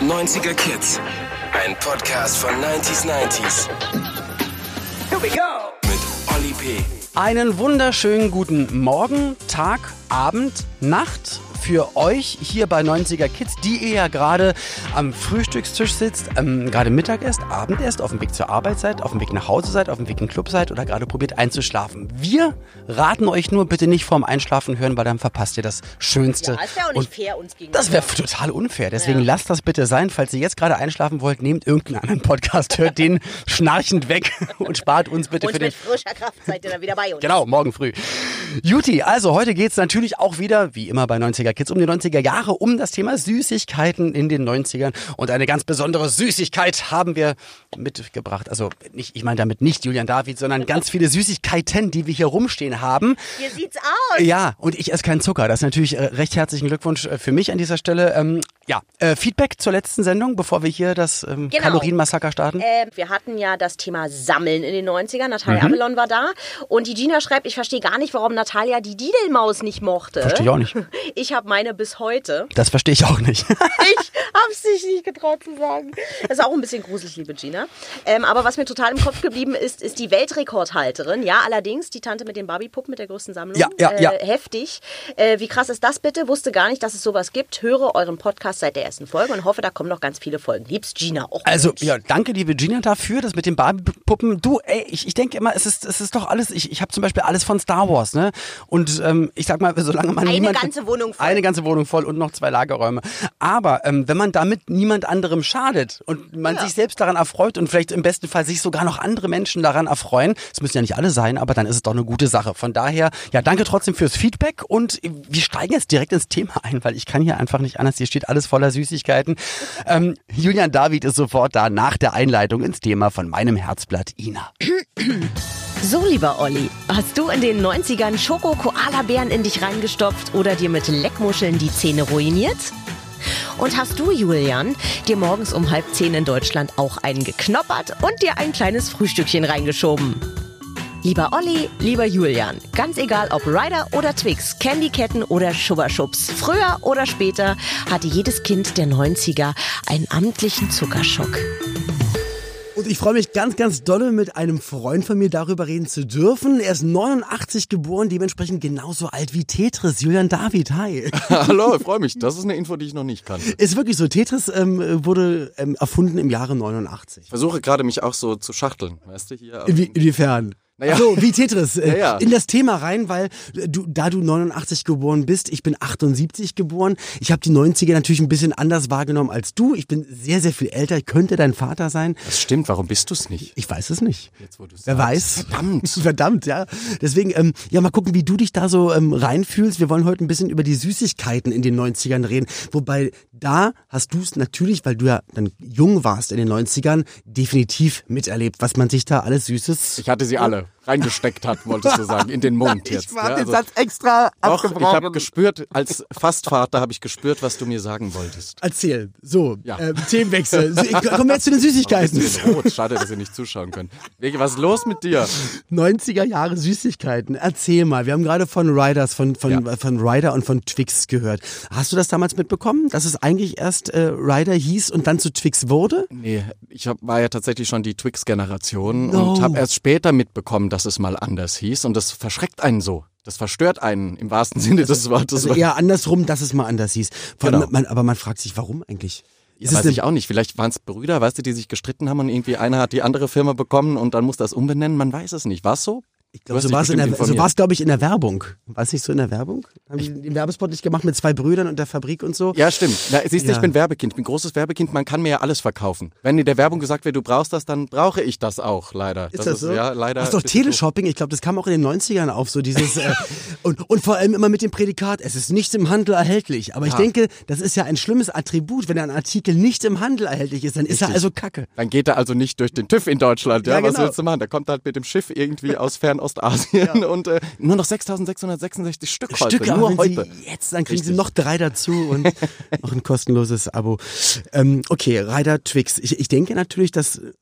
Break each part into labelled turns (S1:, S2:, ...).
S1: 90er Kids. Ein Podcast von 90s 90s. Here we go! Mit Olli P.
S2: Einen wunderschönen guten Morgen, Tag, Abend, Nacht für euch hier bei 90er Kids, die ihr ja gerade am Frühstückstisch sitzt, ähm, gerade Mittag esst, Abend esst, auf dem Weg zur Arbeit seid, auf dem Weg nach Hause seid, auf dem Weg in den Club seid oder gerade probiert einzuschlafen. Wir raten euch nur, bitte nicht vorm Einschlafen hören, weil dann verpasst ihr das Schönste.
S3: Ja, ist ja auch nicht
S2: Und
S3: fair uns gegenüber.
S2: das wäre total unfair. Deswegen lasst das bitte sein. Falls ihr jetzt gerade einschlafen wollt, nehmt irgendeinen anderen Podcast, hört den schnarchend weg und spart uns bitte
S3: uns
S2: für den
S3: mit frischer Kraft seid ihr dann wieder bei uns.
S2: Genau, morgen früh. Juti, also heute geht's natürlich auch wieder, wie immer bei 90er Kids, um die 90er Jahre, um das Thema Süßigkeiten in den 90ern. Und eine ganz besondere Süßigkeit haben wir mitgebracht. Also nicht, ich meine damit nicht Julian David, sondern ganz viele Süßigkeiten, die wir hier rumstehen haben.
S3: Hier sieht's aus.
S2: Ja, und ich esse keinen Zucker. Das ist natürlich äh, recht herzlichen Glückwunsch äh, für mich an dieser Stelle. Ähm, ja, äh, Feedback zur letzten Sendung, bevor wir hier das ähm,
S3: Genau.
S2: Kalorienmassaker starten.
S3: Ähm, wir hatten ja das Thema Sammeln in den 90ern. Natalia
S2: Mhm.
S3: Abelon war da. Und die Gina schreibt, ich verstehe gar nicht, warum Natalia die Didelmaus nicht mochte.
S2: Verstehe ich auch nicht.
S3: Ich habe meine bis heute.
S2: Das verstehe ich auch nicht.
S3: Ich hab's dich nicht getraut zu sagen. Das ist auch ein bisschen gruselig, liebe Gina. Ähm, aber was mir total im Kopf geblieben ist, ist die Weltrekordhalterin. Ja, allerdings die Tante mit den Barbie-Puppen mit der größten Sammlung.
S2: Ja, ja, ja.
S3: Äh, heftig. Äh, wie krass ist das bitte? Wusste gar nicht, dass es sowas gibt. Höre euren Podcast seit der ersten Folge und hoffe, da kommen noch ganz viele Folgen. Liebst Gina auch.
S2: Also, ja, danke, liebe Gina, dafür, dass mit den Barbie-Puppen. Du, ey, ich, ich denke immer, es ist, es ist doch alles, ich, ich habe zum Beispiel alles von Star Wars, ne? Und ähm, ich sag mal, solange man
S3: Eine
S2: niemand,
S3: ganze Wohnung voll.
S2: Eine ganze Wohnung voll und noch zwei Lagerräume. Aber ähm, wenn man damit niemand anderem schadet und man sich selbst daran erfreut und vielleicht im besten Fall sich sogar noch andere Menschen daran erfreuen, es müssen ja nicht alle sein, aber dann ist es doch eine gute Sache. Von daher, ja, danke trotzdem fürs Feedback und wir steigen jetzt direkt ins Thema ein, weil ich kann hier einfach nicht anders. Hier steht alles voller Süßigkeiten. Ähm, Julian David ist sofort da nach der Einleitung ins Thema von meinem Herzblatt Ina.
S3: So, lieber Olli, hast du in den 90ern Schoko-Koala-Bären in dich reingestopft oder dir mit Leckmuscheln die Zähne ruiniert? Und hast du, Julian, dir morgens um halb zehn in Deutschland auch einen geknoppert und dir ein kleines Frühstückchen reingeschoben? Lieber Olli, lieber Julian, ganz egal ob Ryder oder Twix, Candyketten oder Schubberschubs, früher oder später hatte jedes Kind der 90er einen amtlichen Zuckerschock.
S4: Und ich freue mich ganz, ganz dolle, mit einem Freund von mir darüber reden zu dürfen. Er ist 89 geboren, dementsprechend genauso alt wie Tetris, Julian David. Hi.
S5: Hallo, ich freue mich. Das ist eine Info, die ich noch nicht kannte.
S4: Ist wirklich so. Tetris ähm, wurde ähm, erfunden im Jahre 89.
S5: Ich versuche gerade mich auch so zu schachteln, weißt du hier.
S4: Wie, inwiefern?
S5: Naja.
S4: Also wie Tetris. Äh,
S5: Naja.
S4: In das Thema rein, weil du, da du 89 geboren bist, ich bin 78 geboren. Ich habe die 90er natürlich ein bisschen anders wahrgenommen als du. Ich bin sehr, sehr viel älter. Ich könnte dein Vater sein.
S5: Das stimmt, warum bist du es nicht?
S4: Ich weiß es nicht.
S5: Jetzt, wo du's
S4: Wer
S5: sagst.
S4: weiß?
S5: Verdammt.
S4: Verdammt, ja. Deswegen, ähm, ja, mal gucken, wie du dich da so ähm, reinfühlst. Wir wollen heute ein bisschen über die Süßigkeiten in den 90ern reden. Wobei, da hast du es natürlich, weil du ja dann jung warst in den 90ern, definitiv miterlebt, was man sich da alles Süßes...
S5: Ich hatte sie alle reingesteckt hat, wolltest du sagen, in den Mund jetzt.
S4: war
S5: ja,
S4: den
S5: also-
S4: Satz extra
S5: Doch, ich habe
S4: abgebrochen.
S5: gespürt, als Fastvater habe ich gespürt, was du mir sagen wolltest.
S4: Erzähl. So,
S5: Ja.
S4: ähm, Themenwechsel. So, ich- Kommen wir jetzt zu den Süßigkeiten.
S5: Bist du in Rot? Schade, dass ihr nicht zuschauen könnt. Vicky, was ist los mit dir?
S4: 90er Jahre Süßigkeiten. Erzähl mal, wir haben gerade von Riders, von, von,
S5: Ja.
S4: von Rider und von Twix gehört. Hast du das damals mitbekommen, dass es eigentlich erst äh, Rider hieß und dann zu Twix wurde?
S5: Nee, ich hab, war ja tatsächlich schon die Twix-Generation
S4: No.
S5: und habe erst später mitbekommen, dass es mal anders hieß und das verschreckt einen so. Das verstört einen im wahrsten Sinne des Wortes.
S4: Also eher andersrum, dass es mal anders hieß. Vor allem,
S5: Genau.
S4: man, aber man fragt sich, warum eigentlich?
S5: Ja,
S4: es
S5: weiß
S4: eine-
S5: ich auch nicht. Vielleicht waren es Brüder, weißt du, die sich gestritten haben und irgendwie einer hat die andere Firma bekommen und dann muss das umbenennen. Man weiß es nicht. War so?
S4: Ich glaube, so war es, in der- so war es, glaube ich, in der Werbung. War es nicht so in der Werbung? Haben die den Werbespot nicht gemacht mit zwei Brüdern und der Fabrik und so?
S5: Ja, stimmt. Na, siehst du,
S4: Ja.
S5: ich bin Werbekind, ich bin großes Werbekind, man kann mir ja alles verkaufen. Wenn in der Werbung gesagt wird, du brauchst das, dann brauche ich das auch, leider.
S4: Ist das, so?
S5: Ja, leider.
S4: Das ist doch
S5: ein bisschen doof.
S4: Teleshopping. Ich glaube, das kam auch in den 90ern auf, so dieses. Äh, und, und vor allem immer mit dem Prädikat, es ist nicht im Handel erhältlich. Aber ich
S5: Ja.
S4: denke, das ist ja ein schlimmes Attribut. Wenn ein Artikel nicht im Handel erhältlich ist, dann ist er
S5: Richtig.
S4: also kacke.
S5: Dann geht er also nicht durch den TÜV in Deutschland. Ja,
S4: Ja,
S5: was
S4: genau.
S5: willst du machen? Der kommt halt mit dem Schiff irgendwie aus Fernostasien und äh, nur noch 6.666 Stück heute.
S4: Stücke,
S5: nur
S4: aber wenn
S5: heute.
S4: Sie jetzt, dann kriegen Sie
S5: Richtig.
S4: noch drei dazu und noch ein kostenloses Abo. Ähm, okay, Rider Twix. Ich, ich denke natürlich, dass, äh,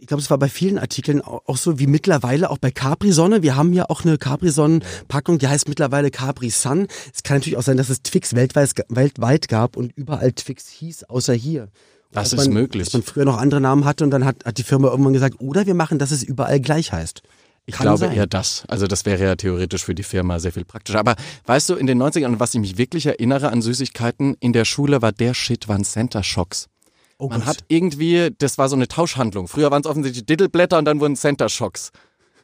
S4: ich glaube, es war bei vielen Artikeln auch, auch so wie mittlerweile auch bei Capri Sonne. Wir haben ja auch eine Capri Sonnen Packung, die heißt mittlerweile Capri Sun. Es kann natürlich auch sein, dass es Twix weltweit, weltweit gab und überall Twix hieß, außer hier.
S5: Das
S4: dass
S5: ist
S4: man,
S5: möglich.
S4: Dass man früher noch andere Namen hatte und dann hat, hat die Firma irgendwann gesagt, oder wir machen, dass es überall gleich heißt.
S5: Ich
S4: Kann
S5: glaube
S4: sein.
S5: eher das. Also das wäre ja theoretisch für die Firma sehr viel praktischer. Aber weißt du, in den 90ern, an was ich mich wirklich erinnere an Süßigkeiten, in der Schule war der Shit, waren Center Shocks.
S4: Oh
S5: Man
S4: Gott.
S5: hat irgendwie, das war so eine Tauschhandlung. Früher waren es offensichtlich Diddleblätter und dann wurden Center Shocks.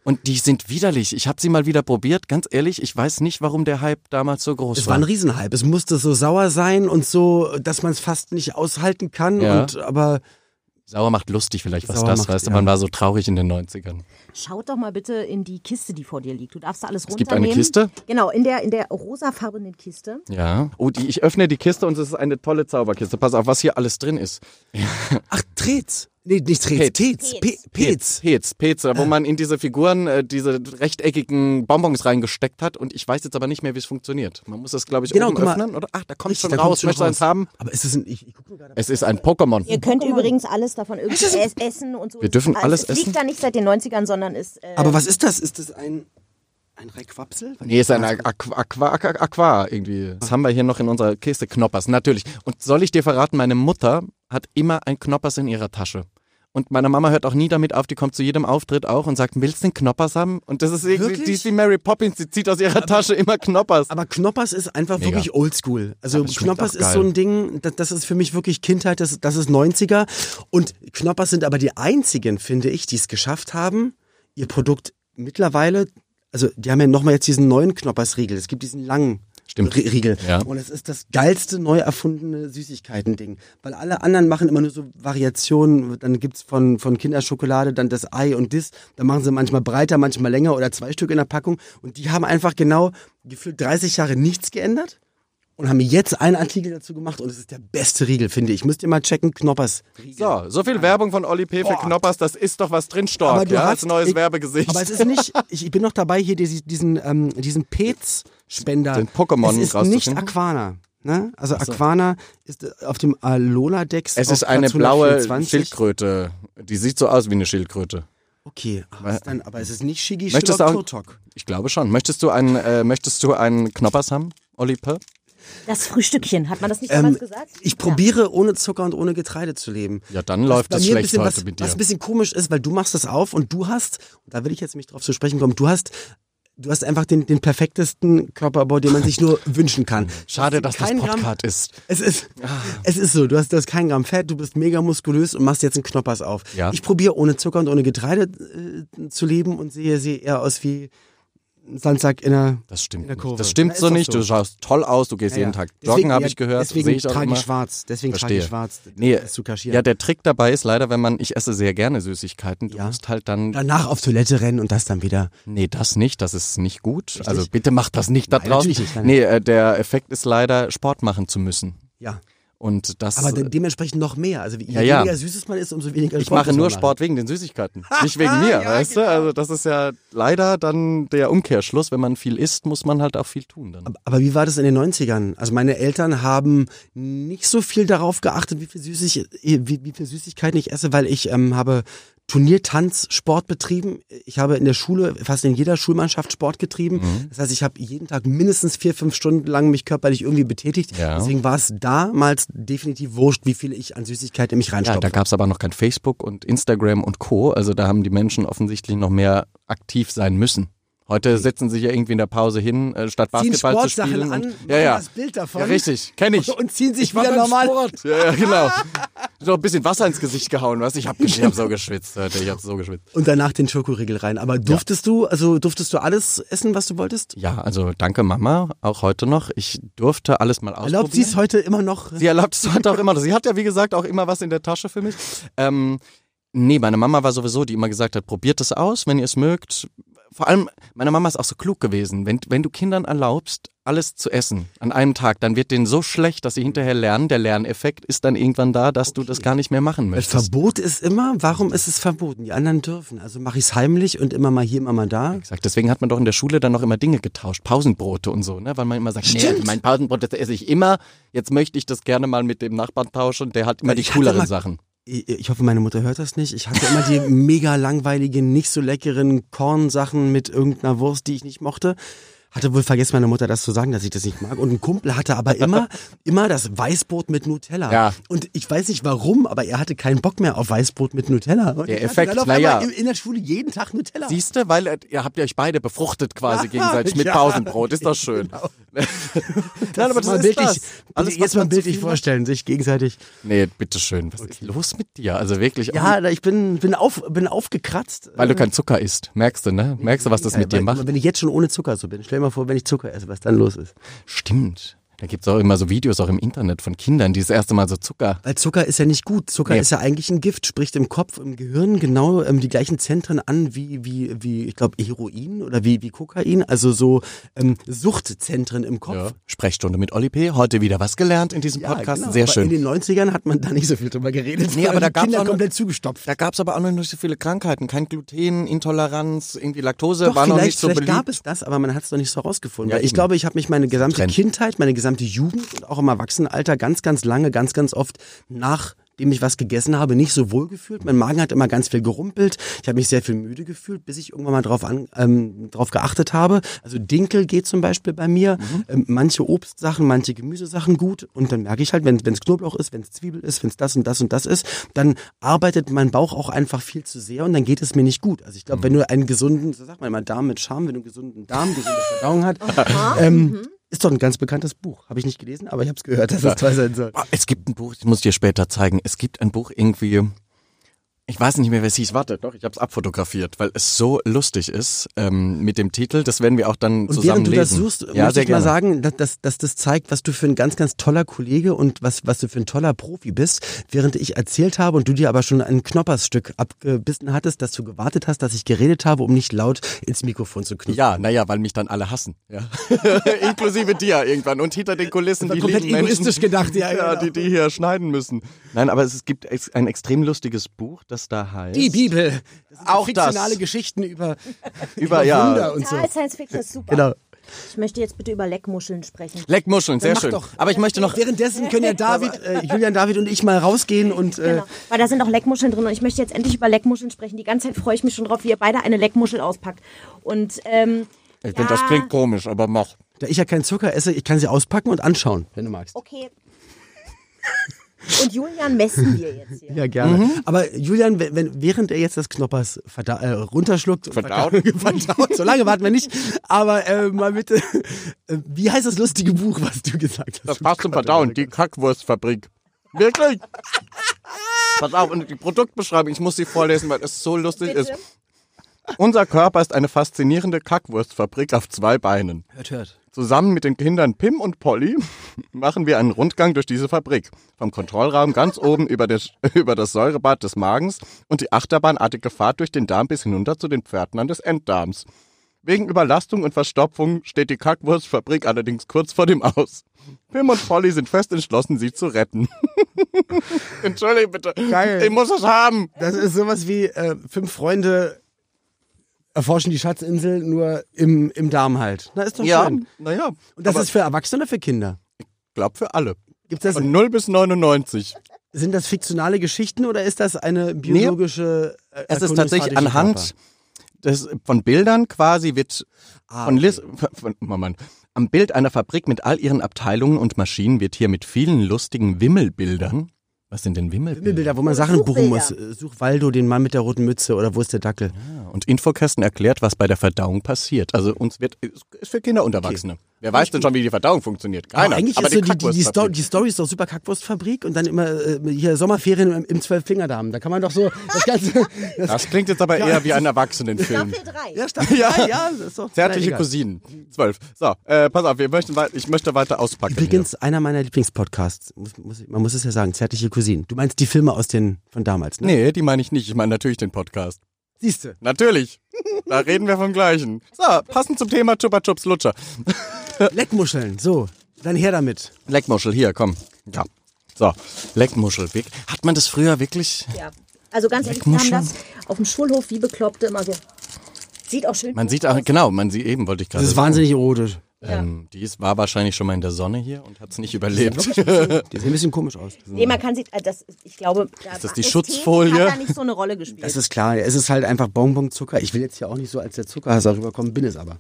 S5: Und die sind widerlich. Ich habe sie mal wieder probiert. Ganz ehrlich, ich weiß nicht, warum der Hype damals so groß
S4: Es war ein Riesenhype. Es musste so sauer sein und so, dass man es fast nicht aushalten kann.
S5: Ja.
S4: Und, aber
S5: Sauer macht lustig vielleicht, was
S4: Sauer
S5: das
S4: macht,
S5: heißt.
S4: ja.
S5: Man war so traurig in den 90ern.
S6: Schaut doch mal bitte in die Kiste, die vor dir liegt. Du darfst da alles
S5: Es gibt
S6: runternehmen.
S5: eine Kiste?
S6: Genau, in der, in der rosafarbenen Kiste.
S5: Ja. Oh, die, ich öffne die Kiste und es ist eine tolle Zauberkiste. Pass auf, was hier alles drin ist.
S4: ach, Trez. Nee, nicht Trez. Tez. Pe- Pez.
S5: Pez, Pez,
S4: Ah.
S5: wo man in diese Figuren äh, diese rechteckigen Bonbons reingesteckt hat und ich weiß jetzt aber nicht mehr, wie es funktioniert. Man muss das, glaube ich,
S4: Genau,
S5: oben
S4: guck mal.
S5: öffnen, oder? Ach, da kommt schon
S4: Da
S5: raus.
S4: kommt's
S5: Möchtest du eins haben?
S4: Aber ist es ein, ich, ich guck mir gerade.
S5: Es ist ein Pokémon.
S6: Ihr könnt übrigens alles davon irgendwie es- essen und so.
S5: Wir dürfen
S6: Also,
S5: alles
S6: es
S5: essen?
S6: liegt da nicht seit den 90ern, sondern ist. Äh,
S4: Aber was ist das? Ist das ein, ein Requapsel?
S5: Nee, ist ein Aqua, Aqua, Aqua, Aqua irgendwie. Das haben wir hier noch in unserer Kiste. Knoppers, natürlich. Und soll ich dir verraten, meine Mutter hat immer ein Knoppers in ihrer Tasche. Und meine Mama hört auch nie damit auf, die kommt zu jedem Auftritt auch und sagt, willst du einen Knoppers haben? Und das ist irgendwie,
S4: Wirklich?
S5: die ist wie Mary Poppins, die zieht aus ihrer Tasche immer Knoppers.
S4: Aber Knoppers ist einfach
S5: Mega.
S4: wirklich oldschool. Also
S5: Aber es schmeckt
S4: Knoppers
S5: auch
S4: ist
S5: geil.
S4: so ein Ding, das, das ist für mich wirklich Kindheit, das, das ist 90er. Und Knoppers sind aber die einzigen, finde ich, die es geschafft haben, ihr Produkt mittlerweile, also die haben ja nochmal jetzt diesen neuen Knoppers-Riegel. Es gibt diesen langen
S5: Stimmt.
S4: Ri- Riegel.
S5: Ja.
S4: Und es ist das geilste neu erfundene Süßigkeiten-Ding. Weil alle anderen machen immer nur so Variationen. Dann gibt's von, von Kinderschokolade dann das Ei und das. Dann machen sie manchmal breiter, manchmal länger oder zwei Stück in der Packung. Und die haben einfach genau gefühlt 30 Jahre nichts geändert und haben jetzt einen Artikel dazu gemacht. Und es ist der beste Riegel, finde ich. Müsst ihr mal checken, Knoppers.
S5: So, so viel Werbung von Olli P. für Knoppers, das ist doch was drin, Stork,
S4: Aber du
S5: ja,
S4: hast-
S5: als neues
S4: ich-
S5: Werbegesicht.
S4: Aber es ist nicht, ich, ich bin noch dabei, hier diese- diesen, ähm, diesen Pez-Spender.
S5: Den Pokémon
S4: Es ist nicht
S5: rauszufinden?
S4: Aquana. Ne? Also Aquana ist äh, auf dem Alola-Dex.
S5: Es
S4: auf
S5: ist eine
S4: Platz
S5: blaue
S4: 124.
S5: Schildkröte. Die sieht so aus wie eine Schildkröte.
S4: Okay, ah, ist dann, aber es ist nicht Shigi
S5: Möchtest du
S4: Shilok
S5: auch-
S4: Totok.
S5: Ich glaube schon. Möchtest du einen, äh, möchtest du einen Knoppers haben, Olli P.?
S6: das Frühstückchen, hat man das nicht
S4: Ähm,
S6: damals gesagt?
S4: ich probiere ohne Zucker und ohne Getreide zu leben.
S5: Ja, dann läuft
S4: bei
S5: es
S4: mir ein
S5: schlecht
S4: bisschen,
S5: heute
S4: was,
S5: mit dir.
S4: was ein bisschen komisch ist, weil du machst das auf und du hast, und da will ich jetzt mich drauf zu sprechen kommen, du hast, du hast einfach den, den perfektesten Körperbau, den man sich nur wünschen kann.
S5: Schade, dass das
S4: Kein Gramm-
S5: Podcast ist. Ah.
S4: Es ist, es ist so, du hast, du hast keinen Gramm Fett, du bist mega muskulös und machst jetzt einen Knoppers auf.
S5: Ja.
S4: Ich probiere ohne Zucker und ohne Getreide äh, zu leben und sehe, sehe eher aus wie ein Sandsack in einer.
S5: Das
S4: In
S5: stimmt.
S4: der
S5: Nicht.
S4: Kurve.
S5: Das stimmt
S4: Ja, ist
S5: so
S4: doch
S5: nicht.
S4: so.
S5: Du schaust toll aus. Du gehst jeden Tag joggen, habe ich gehört.
S4: Deswegen
S5: Sehe ich auch
S4: trage
S5: immer.
S4: ich schwarz. Deswegen trage ich
S5: Verstehe.
S4: schwarz.
S5: Nee,
S4: das zu kaschieren.
S5: ja, der Trick dabei ist leider, wenn man, ich esse sehr gerne Süßigkeiten, du
S4: Ja.
S5: musst halt dann,
S4: Danach auf Toilette rennen und das dann wieder.
S5: nee, das nicht, das ist nicht gut. Also bitte mach das nicht da
S4: Nein,
S5: draußen.
S4: natürlich nicht, nein.
S5: Nee, äh, der Effekt ist leider, Sport machen zu müssen.
S4: Ja.
S5: Und das,
S4: Aber de dementsprechend noch mehr. Also je
S5: Ja, ja.
S4: weniger Süßes man isst, umso weniger
S5: äh, ich
S4: Sport
S5: mache
S4: muss man
S5: nur
S4: machen. genau.
S5: Sport wegen den Süßigkeiten, nicht wegen mir, weißt du? Also das ist ja leider dann der Umkehrschluss. Wenn man viel isst, muss man halt auch viel tun dann.
S4: Aber wie war das in den 90ern? Also meine Eltern haben nicht so viel darauf geachtet, wie viel, Süßig, wie, wie viel Süßigkeiten ich esse, weil ich ähm, habe Turniertanzsport betrieben. Ich habe in der Schule, fast in jeder Schulmannschaft Sport getrieben.
S5: Mhm.
S4: Das heißt, ich habe jeden Tag mindestens vier, fünf Stunden lang mich körperlich irgendwie betätigt.
S5: Ja.
S4: Deswegen war es damals definitiv wurscht, wie viel ich an Süßigkeiten in mich
S5: Ja, da
S4: reinstopfe.
S5: gab's aber noch kein Facebook und Instagram und Co. Also da haben die Menschen offensichtlich noch mehr aktiv sein müssen. Heute setzen sie ja irgendwie in der Pause hin, äh, statt
S4: Ziehen
S5: Basketball zu
S4: Sportsachen
S5: spielen.
S4: an,
S5: und,
S4: machen
S5: ja, ja.
S4: das Bild davon.
S5: Ja, richtig, kenne ich.
S4: Und ziehen sich
S5: war
S4: wieder
S5: beim
S4: normal.
S5: Sport. Ja, ja, genau. So ein bisschen Wasser ins Gesicht gehauen, weißt du? Ich hab, gesch- ich hab so geschwitzt heute, ich hab so geschwitzt.
S4: Und danach den Schokoriegel rein. Aber durftest du, also durftest du alles essen, was du wolltest?
S5: Ja, also danke Mama, auch heute noch. Ich durfte alles mal ausprobieren.
S4: Erlaubt sie es heute immer noch?
S5: Sie erlaubt es heute auch immer. noch. Sie hat ja, wie gesagt, auch immer was in der Tasche für mich. Ähm, nee, meine Mama war sowieso, die immer gesagt hat, probiert es aus, wenn ihr es mögt. Vor allem, meine Mama ist auch so klug gewesen. Wenn, wenn du Kindern erlaubst, alles zu essen an einem Tag, dann wird denen so schlecht, dass sie hinterher lernen. Der Lerneffekt ist dann irgendwann da, dass du das gar nicht mehr machen
S4: Weil
S5: möchtest.
S4: Verbot ist immer, warum ist es verboten? Die anderen dürfen. Also mache ich es heimlich und immer mal hier, immer mal da.
S5: Exakt. Deswegen hat man doch in der Schule dann noch immer Dinge getauscht, Pausenbrote und so, ne? weil man immer sagt, nee, also mein Pausenbrot, das esse ich immer, jetzt möchte ich das gerne mal mit dem Nachbarn tauschen, der hat immer die
S4: Ich hatte
S5: cooleren
S4: mal-
S5: Sachen.
S4: Ich, ich hoffe, meine Mutter hört das nicht. Ich hatte immer die mega langweiligen, nicht so leckeren Kornsachen mit irgendeiner Wurst, die ich nicht mochte. Hatte wohl vergessen meine Mutter das zu sagen, dass ich das nicht mag. Und ein Kumpel hatte aber immer, immer das Weißbrot mit Nutella.
S5: Ja.
S4: Und ich weiß nicht warum, aber er hatte keinen Bock mehr auf Weißbrot mit Nutella. Und
S5: Der
S4: ich hatte
S5: Effekt,
S4: dann auf
S5: na ja.
S4: einmal in- In der Schule jeden Tag Nutella.
S5: Siehst du, weil äh, ihr habt ihr euch beide befruchtet quasi gegenseitig mit
S4: Ja.
S5: Pausenbrot. Ist doch schön. Nein,
S4: Mal bildlich,
S5: also
S4: Alles, jetzt mal
S5: man zu
S4: bildlich
S5: viel hat.
S4: vorstellen, sich gegenseitig.
S5: Nee, bitteschön. Was ist los mit dir? Also wirklich.
S4: Ja, da- ich bin, bin, auf, bin aufgekratzt. Äh,
S5: Weil du kein Zucker isst. Merkst du, ne? Merkst du, was das mit dir macht?
S4: Wenn ich jetzt schon ohne Zucker so bin, stell dir mal vor, wenn ich Zucker esse, was dann los ist.
S5: Stimmt. Da gibt's auch immer so Videos auch im Internet von Kindern, die das erste Mal so Zucker.
S4: Weil Zucker ist ja nicht gut. Zucker
S5: Nee.
S4: ist ja eigentlich ein Gift, spricht im Kopf, im Gehirn genau ähm, die gleichen Zentren an wie, wie, wie ich glaube, Heroin oder wie, wie Kokain. Also so ähm, Suchtzentren im Kopf.
S5: Ja. Sprechstunde mit Oli P. Heute wieder was gelernt in diesem
S4: Ja,
S5: Podcast.
S4: genau.
S5: Sehr
S4: aber In
S5: schön.
S4: den 90ern hat man da nicht so viel drüber geredet.
S5: Nee,
S4: weil
S5: aber da
S4: die
S5: gab's
S4: Kinder
S5: auch noch-
S4: komplett zugestopft.
S5: Da gab's aber auch noch nicht so viele Krankheiten. Kein Gluten, Intoleranz, irgendwie Laktose
S4: Doch,
S5: war noch
S4: vielleicht,
S5: nicht so
S4: vielleicht
S5: beliebt.
S4: gab es das, aber man hat es noch nicht so herausgefunden.
S5: Ja,
S4: weil ich
S5: eben.
S4: glaube, ich habe mich meine gesamte
S5: Trend.
S4: Kindheit, meine gesamte Jugend und auch im Erwachsenenalter ganz, ganz lange, ganz, ganz oft nachdem ich was gegessen habe, nicht so wohl gefühlt. Mein Magen hat immer ganz viel gerumpelt. Ich habe mich sehr viel müde gefühlt, bis ich irgendwann mal drauf, an, ähm, drauf geachtet habe. Also Dinkel geht zum Beispiel bei mir.
S5: Mhm.
S4: Ähm, manche Obstsachen, manche Gemüsesachen gut. Und dann merke ich halt, wenn es Knoblauch ist, wenn es Zwiebel ist, wenn es das und das und das ist, dann arbeitet mein Bauch auch einfach viel zu sehr und dann geht es mir nicht gut. Also ich glaube, wenn du einen gesunden, so sagt man immer Darm mit Charme, wenn du einen gesunden Darm, gesunde Verdauung hat, ähm, ist doch ein ganz bekanntes Buch. Habe ich nicht gelesen, aber ich habe es gehört, dass es toll sein soll.
S5: Boah, Ah, Es gibt ein Buch, das muss ich dir später zeigen. Es gibt ein Buch irgendwie, ich weiß nicht mehr, wer es hieß. Warte, doch, ich habe es abfotografiert, weil es so lustig ist ähm, mit dem Titel. Das werden wir auch dann
S4: Und
S5: zusammen
S4: während du das
S5: lesen.
S4: suchst,
S5: ja,
S4: möchte
S5: sehr
S4: ich mal
S5: gerne.
S4: sagen, dass, dass, dass das zeigt, was du für ein ganz, ganz toller Kollege und was, was du für ein toller Profi bist. Während ich erzählt habe und du dir aber schon ein Knoppersstück abgebissen hattest, dass du gewartet hast, dass ich geredet habe, um nicht laut ins Mikrofon zu knüpfen.
S5: Ja, naja, weil mich dann alle hassen. Ja. Inklusive dir irgendwann. Und hinter den Kulissen
S4: Das
S5: die
S4: war komplett
S5: lieben Menschen,
S4: egoistisch gedacht, ja,
S5: ja
S4: genau.
S5: die, die hier schneiden müssen. Nein, aber es gibt ex- ein extrem lustiges Buch, das da heißt.
S4: Die Bibel. Das sind
S5: Auch das.
S4: fiktionale Geschichten über,
S5: über ja.
S4: Wunder und
S5: also-
S4: so.
S6: Ja, Science Fiction ist super.
S4: Genau.
S6: Ich möchte jetzt bitte über Leckmuscheln
S5: Äh.
S6: sprechen.
S5: Leckmuscheln, sehr
S4: mach
S5: schön.
S4: doch.
S5: Aber ich möchte noch.
S4: Währenddessen können ja David, äh, Julian, David und ich mal rausgehen und äh,
S6: Genau. Weil da sind auch Leckmuscheln drin und ich möchte jetzt endlich über Leckmuscheln sprechen. Die ganze Zeit freue ich mich schon drauf, wie ihr beide eine Leckmuschel auspackt. Und ähm,
S5: Ich finde, das klingt komisch, aber mach.
S4: da ich ja keinen Zucker esse, ich kann sie auspacken und anschauen, wenn du magst.
S6: okay. Und Julian messen wir jetzt hier.
S4: Ja, gerne.
S5: Mhm.
S4: Aber Julian, wenn, wenn, während er jetzt das Knoppers verda äh, runterschluckt, und
S5: Verdaut.
S4: verdaut, so lange warten wir nicht. Aber äh, mal bitte, äh, wie heißt das lustige Buch, was du gesagt hast?
S5: Das passt zum Verdauen, die Kackwurstfabrik. Wirklich? Pass auf, und die Produktbeschreibung, ich muss sie vorlesen, weil es so lustig ist. Unser Körper ist eine faszinierende Kackwurstfabrik auf zwei Beinen.
S4: Hört, hört.
S5: Zusammen mit den Kindern Pim und Polly machen wir einen Rundgang durch diese Fabrik. Vom Kontrollraum ganz oben über, der, über das Säurebad des Magens und die achterbahnartige Fahrt durch den Darm bis hinunter zu den Pförtnern des Enddarms. Wegen Überlastung und Verstopfung steht die Kackwurstfabrik allerdings kurz vor dem Aus. Pim und Polly sind fest entschlossen, sie zu retten. Entschuldige bitte.
S4: Geil.
S5: Ich muss es haben.
S4: Das ist sowas wie äh, fünf Freunde erforschen die Schatzinsel nur im, im Darm halt. Na, ist doch schön.
S5: naja.
S4: Und das
S5: aber
S4: ist für Erwachsene oder für Kinder?
S5: glaub für alle.
S4: Gibt's das,
S5: Von 0 bis 99.
S4: sind das fiktionale Geschichten oder ist das eine biologische äh,
S5: Es ist
S4: Erkundungsfahrt
S5: tatsächlich
S4: durch den
S5: anhand des, von Bildern quasi wird
S4: Ah,
S5: von Lis von, Moment, am Bild einer Fabrik mit all ihren Abteilungen und Maschinen wird hier mit vielen lustigen Wimmelbildern. Was sind denn Wimmelbilder?
S4: Wimmelbilder, wo man Sachen buchen muss. Äh, Such Waldo, den Mann mit der roten Mütze oder wo ist der Dackel?
S5: Und Infokästen erklärt, was bei der Verdauung passiert. Also uns wird ist für Kinder und Erwachsene. Wer weiß denn schon, wie die Verdauung funktioniert? Keiner.
S4: Aber eigentlich
S5: Aber
S4: ist so die, die, die,
S5: Kackwurstfabrik.
S4: Story, die Story ist doch super Kackwurstfabrik und dann immer äh, hier Sommerferien im, im Zwölffingerdarm. Da kann man doch so das ganze. Das,
S5: Das klingt jetzt aber eher wie ein Erwachsenenfilm.
S6: Staffel 3.
S4: ja, Staffel
S5: Ja.
S4: drei, ja, das ist doch.
S5: Zärtliche
S4: na, egal.
S5: Cousinen. Zwölf. So, äh, pass auf, wir möchten wei- ich möchte weiter auspacken.
S4: Übrigens, einer meiner Lieblingspodcasts. Muss, muss, ich- man muss es ja sagen, Zärtliche Cousinen. Du meinst die Filme aus den von damals,
S5: hier.
S4: ne?
S5: Nee, die meine ich nicht. Ich meine natürlich den Podcast.
S4: Siehst du.
S5: Natürlich. Da reden wir vom Gleichen. So, passend zum Thema Chupa Chups Lutscher.
S4: Leckmuscheln, so. Dann her damit.
S5: Leckmuschel, hier, komm. Ja. So, Leckmuschel. Wie- Hat man das früher wirklich?
S6: Ja. Also ganz ehrlich, wir haben
S5: Leckmuscheln?
S6: das auf dem Schulhof wie Bekloppte immer so. Sieht auch schön.
S5: Man sieht auch, genau, man sieht eben, wollte ich gerade
S4: Das ist
S5: sagen.
S4: wahnsinnig erotisch.
S5: Ähm, die ist, war wahrscheinlich schon mal in der Sonne hier und hat es nicht überlebt.
S4: Die sehen ein bisschen komissch aus.
S6: Nee, man kann sich, äh, das, ich glaube, da
S5: das die
S6: Ästhetik
S5: Schutzfolie?
S6: Hat da nicht so eine Rolle gespielt.
S4: Das ist klar, es ist halt einfach Bonbon-Zucker. Ich will jetzt hier auch nicht so als der Zuckerhasser rüberkommen, bin es aber.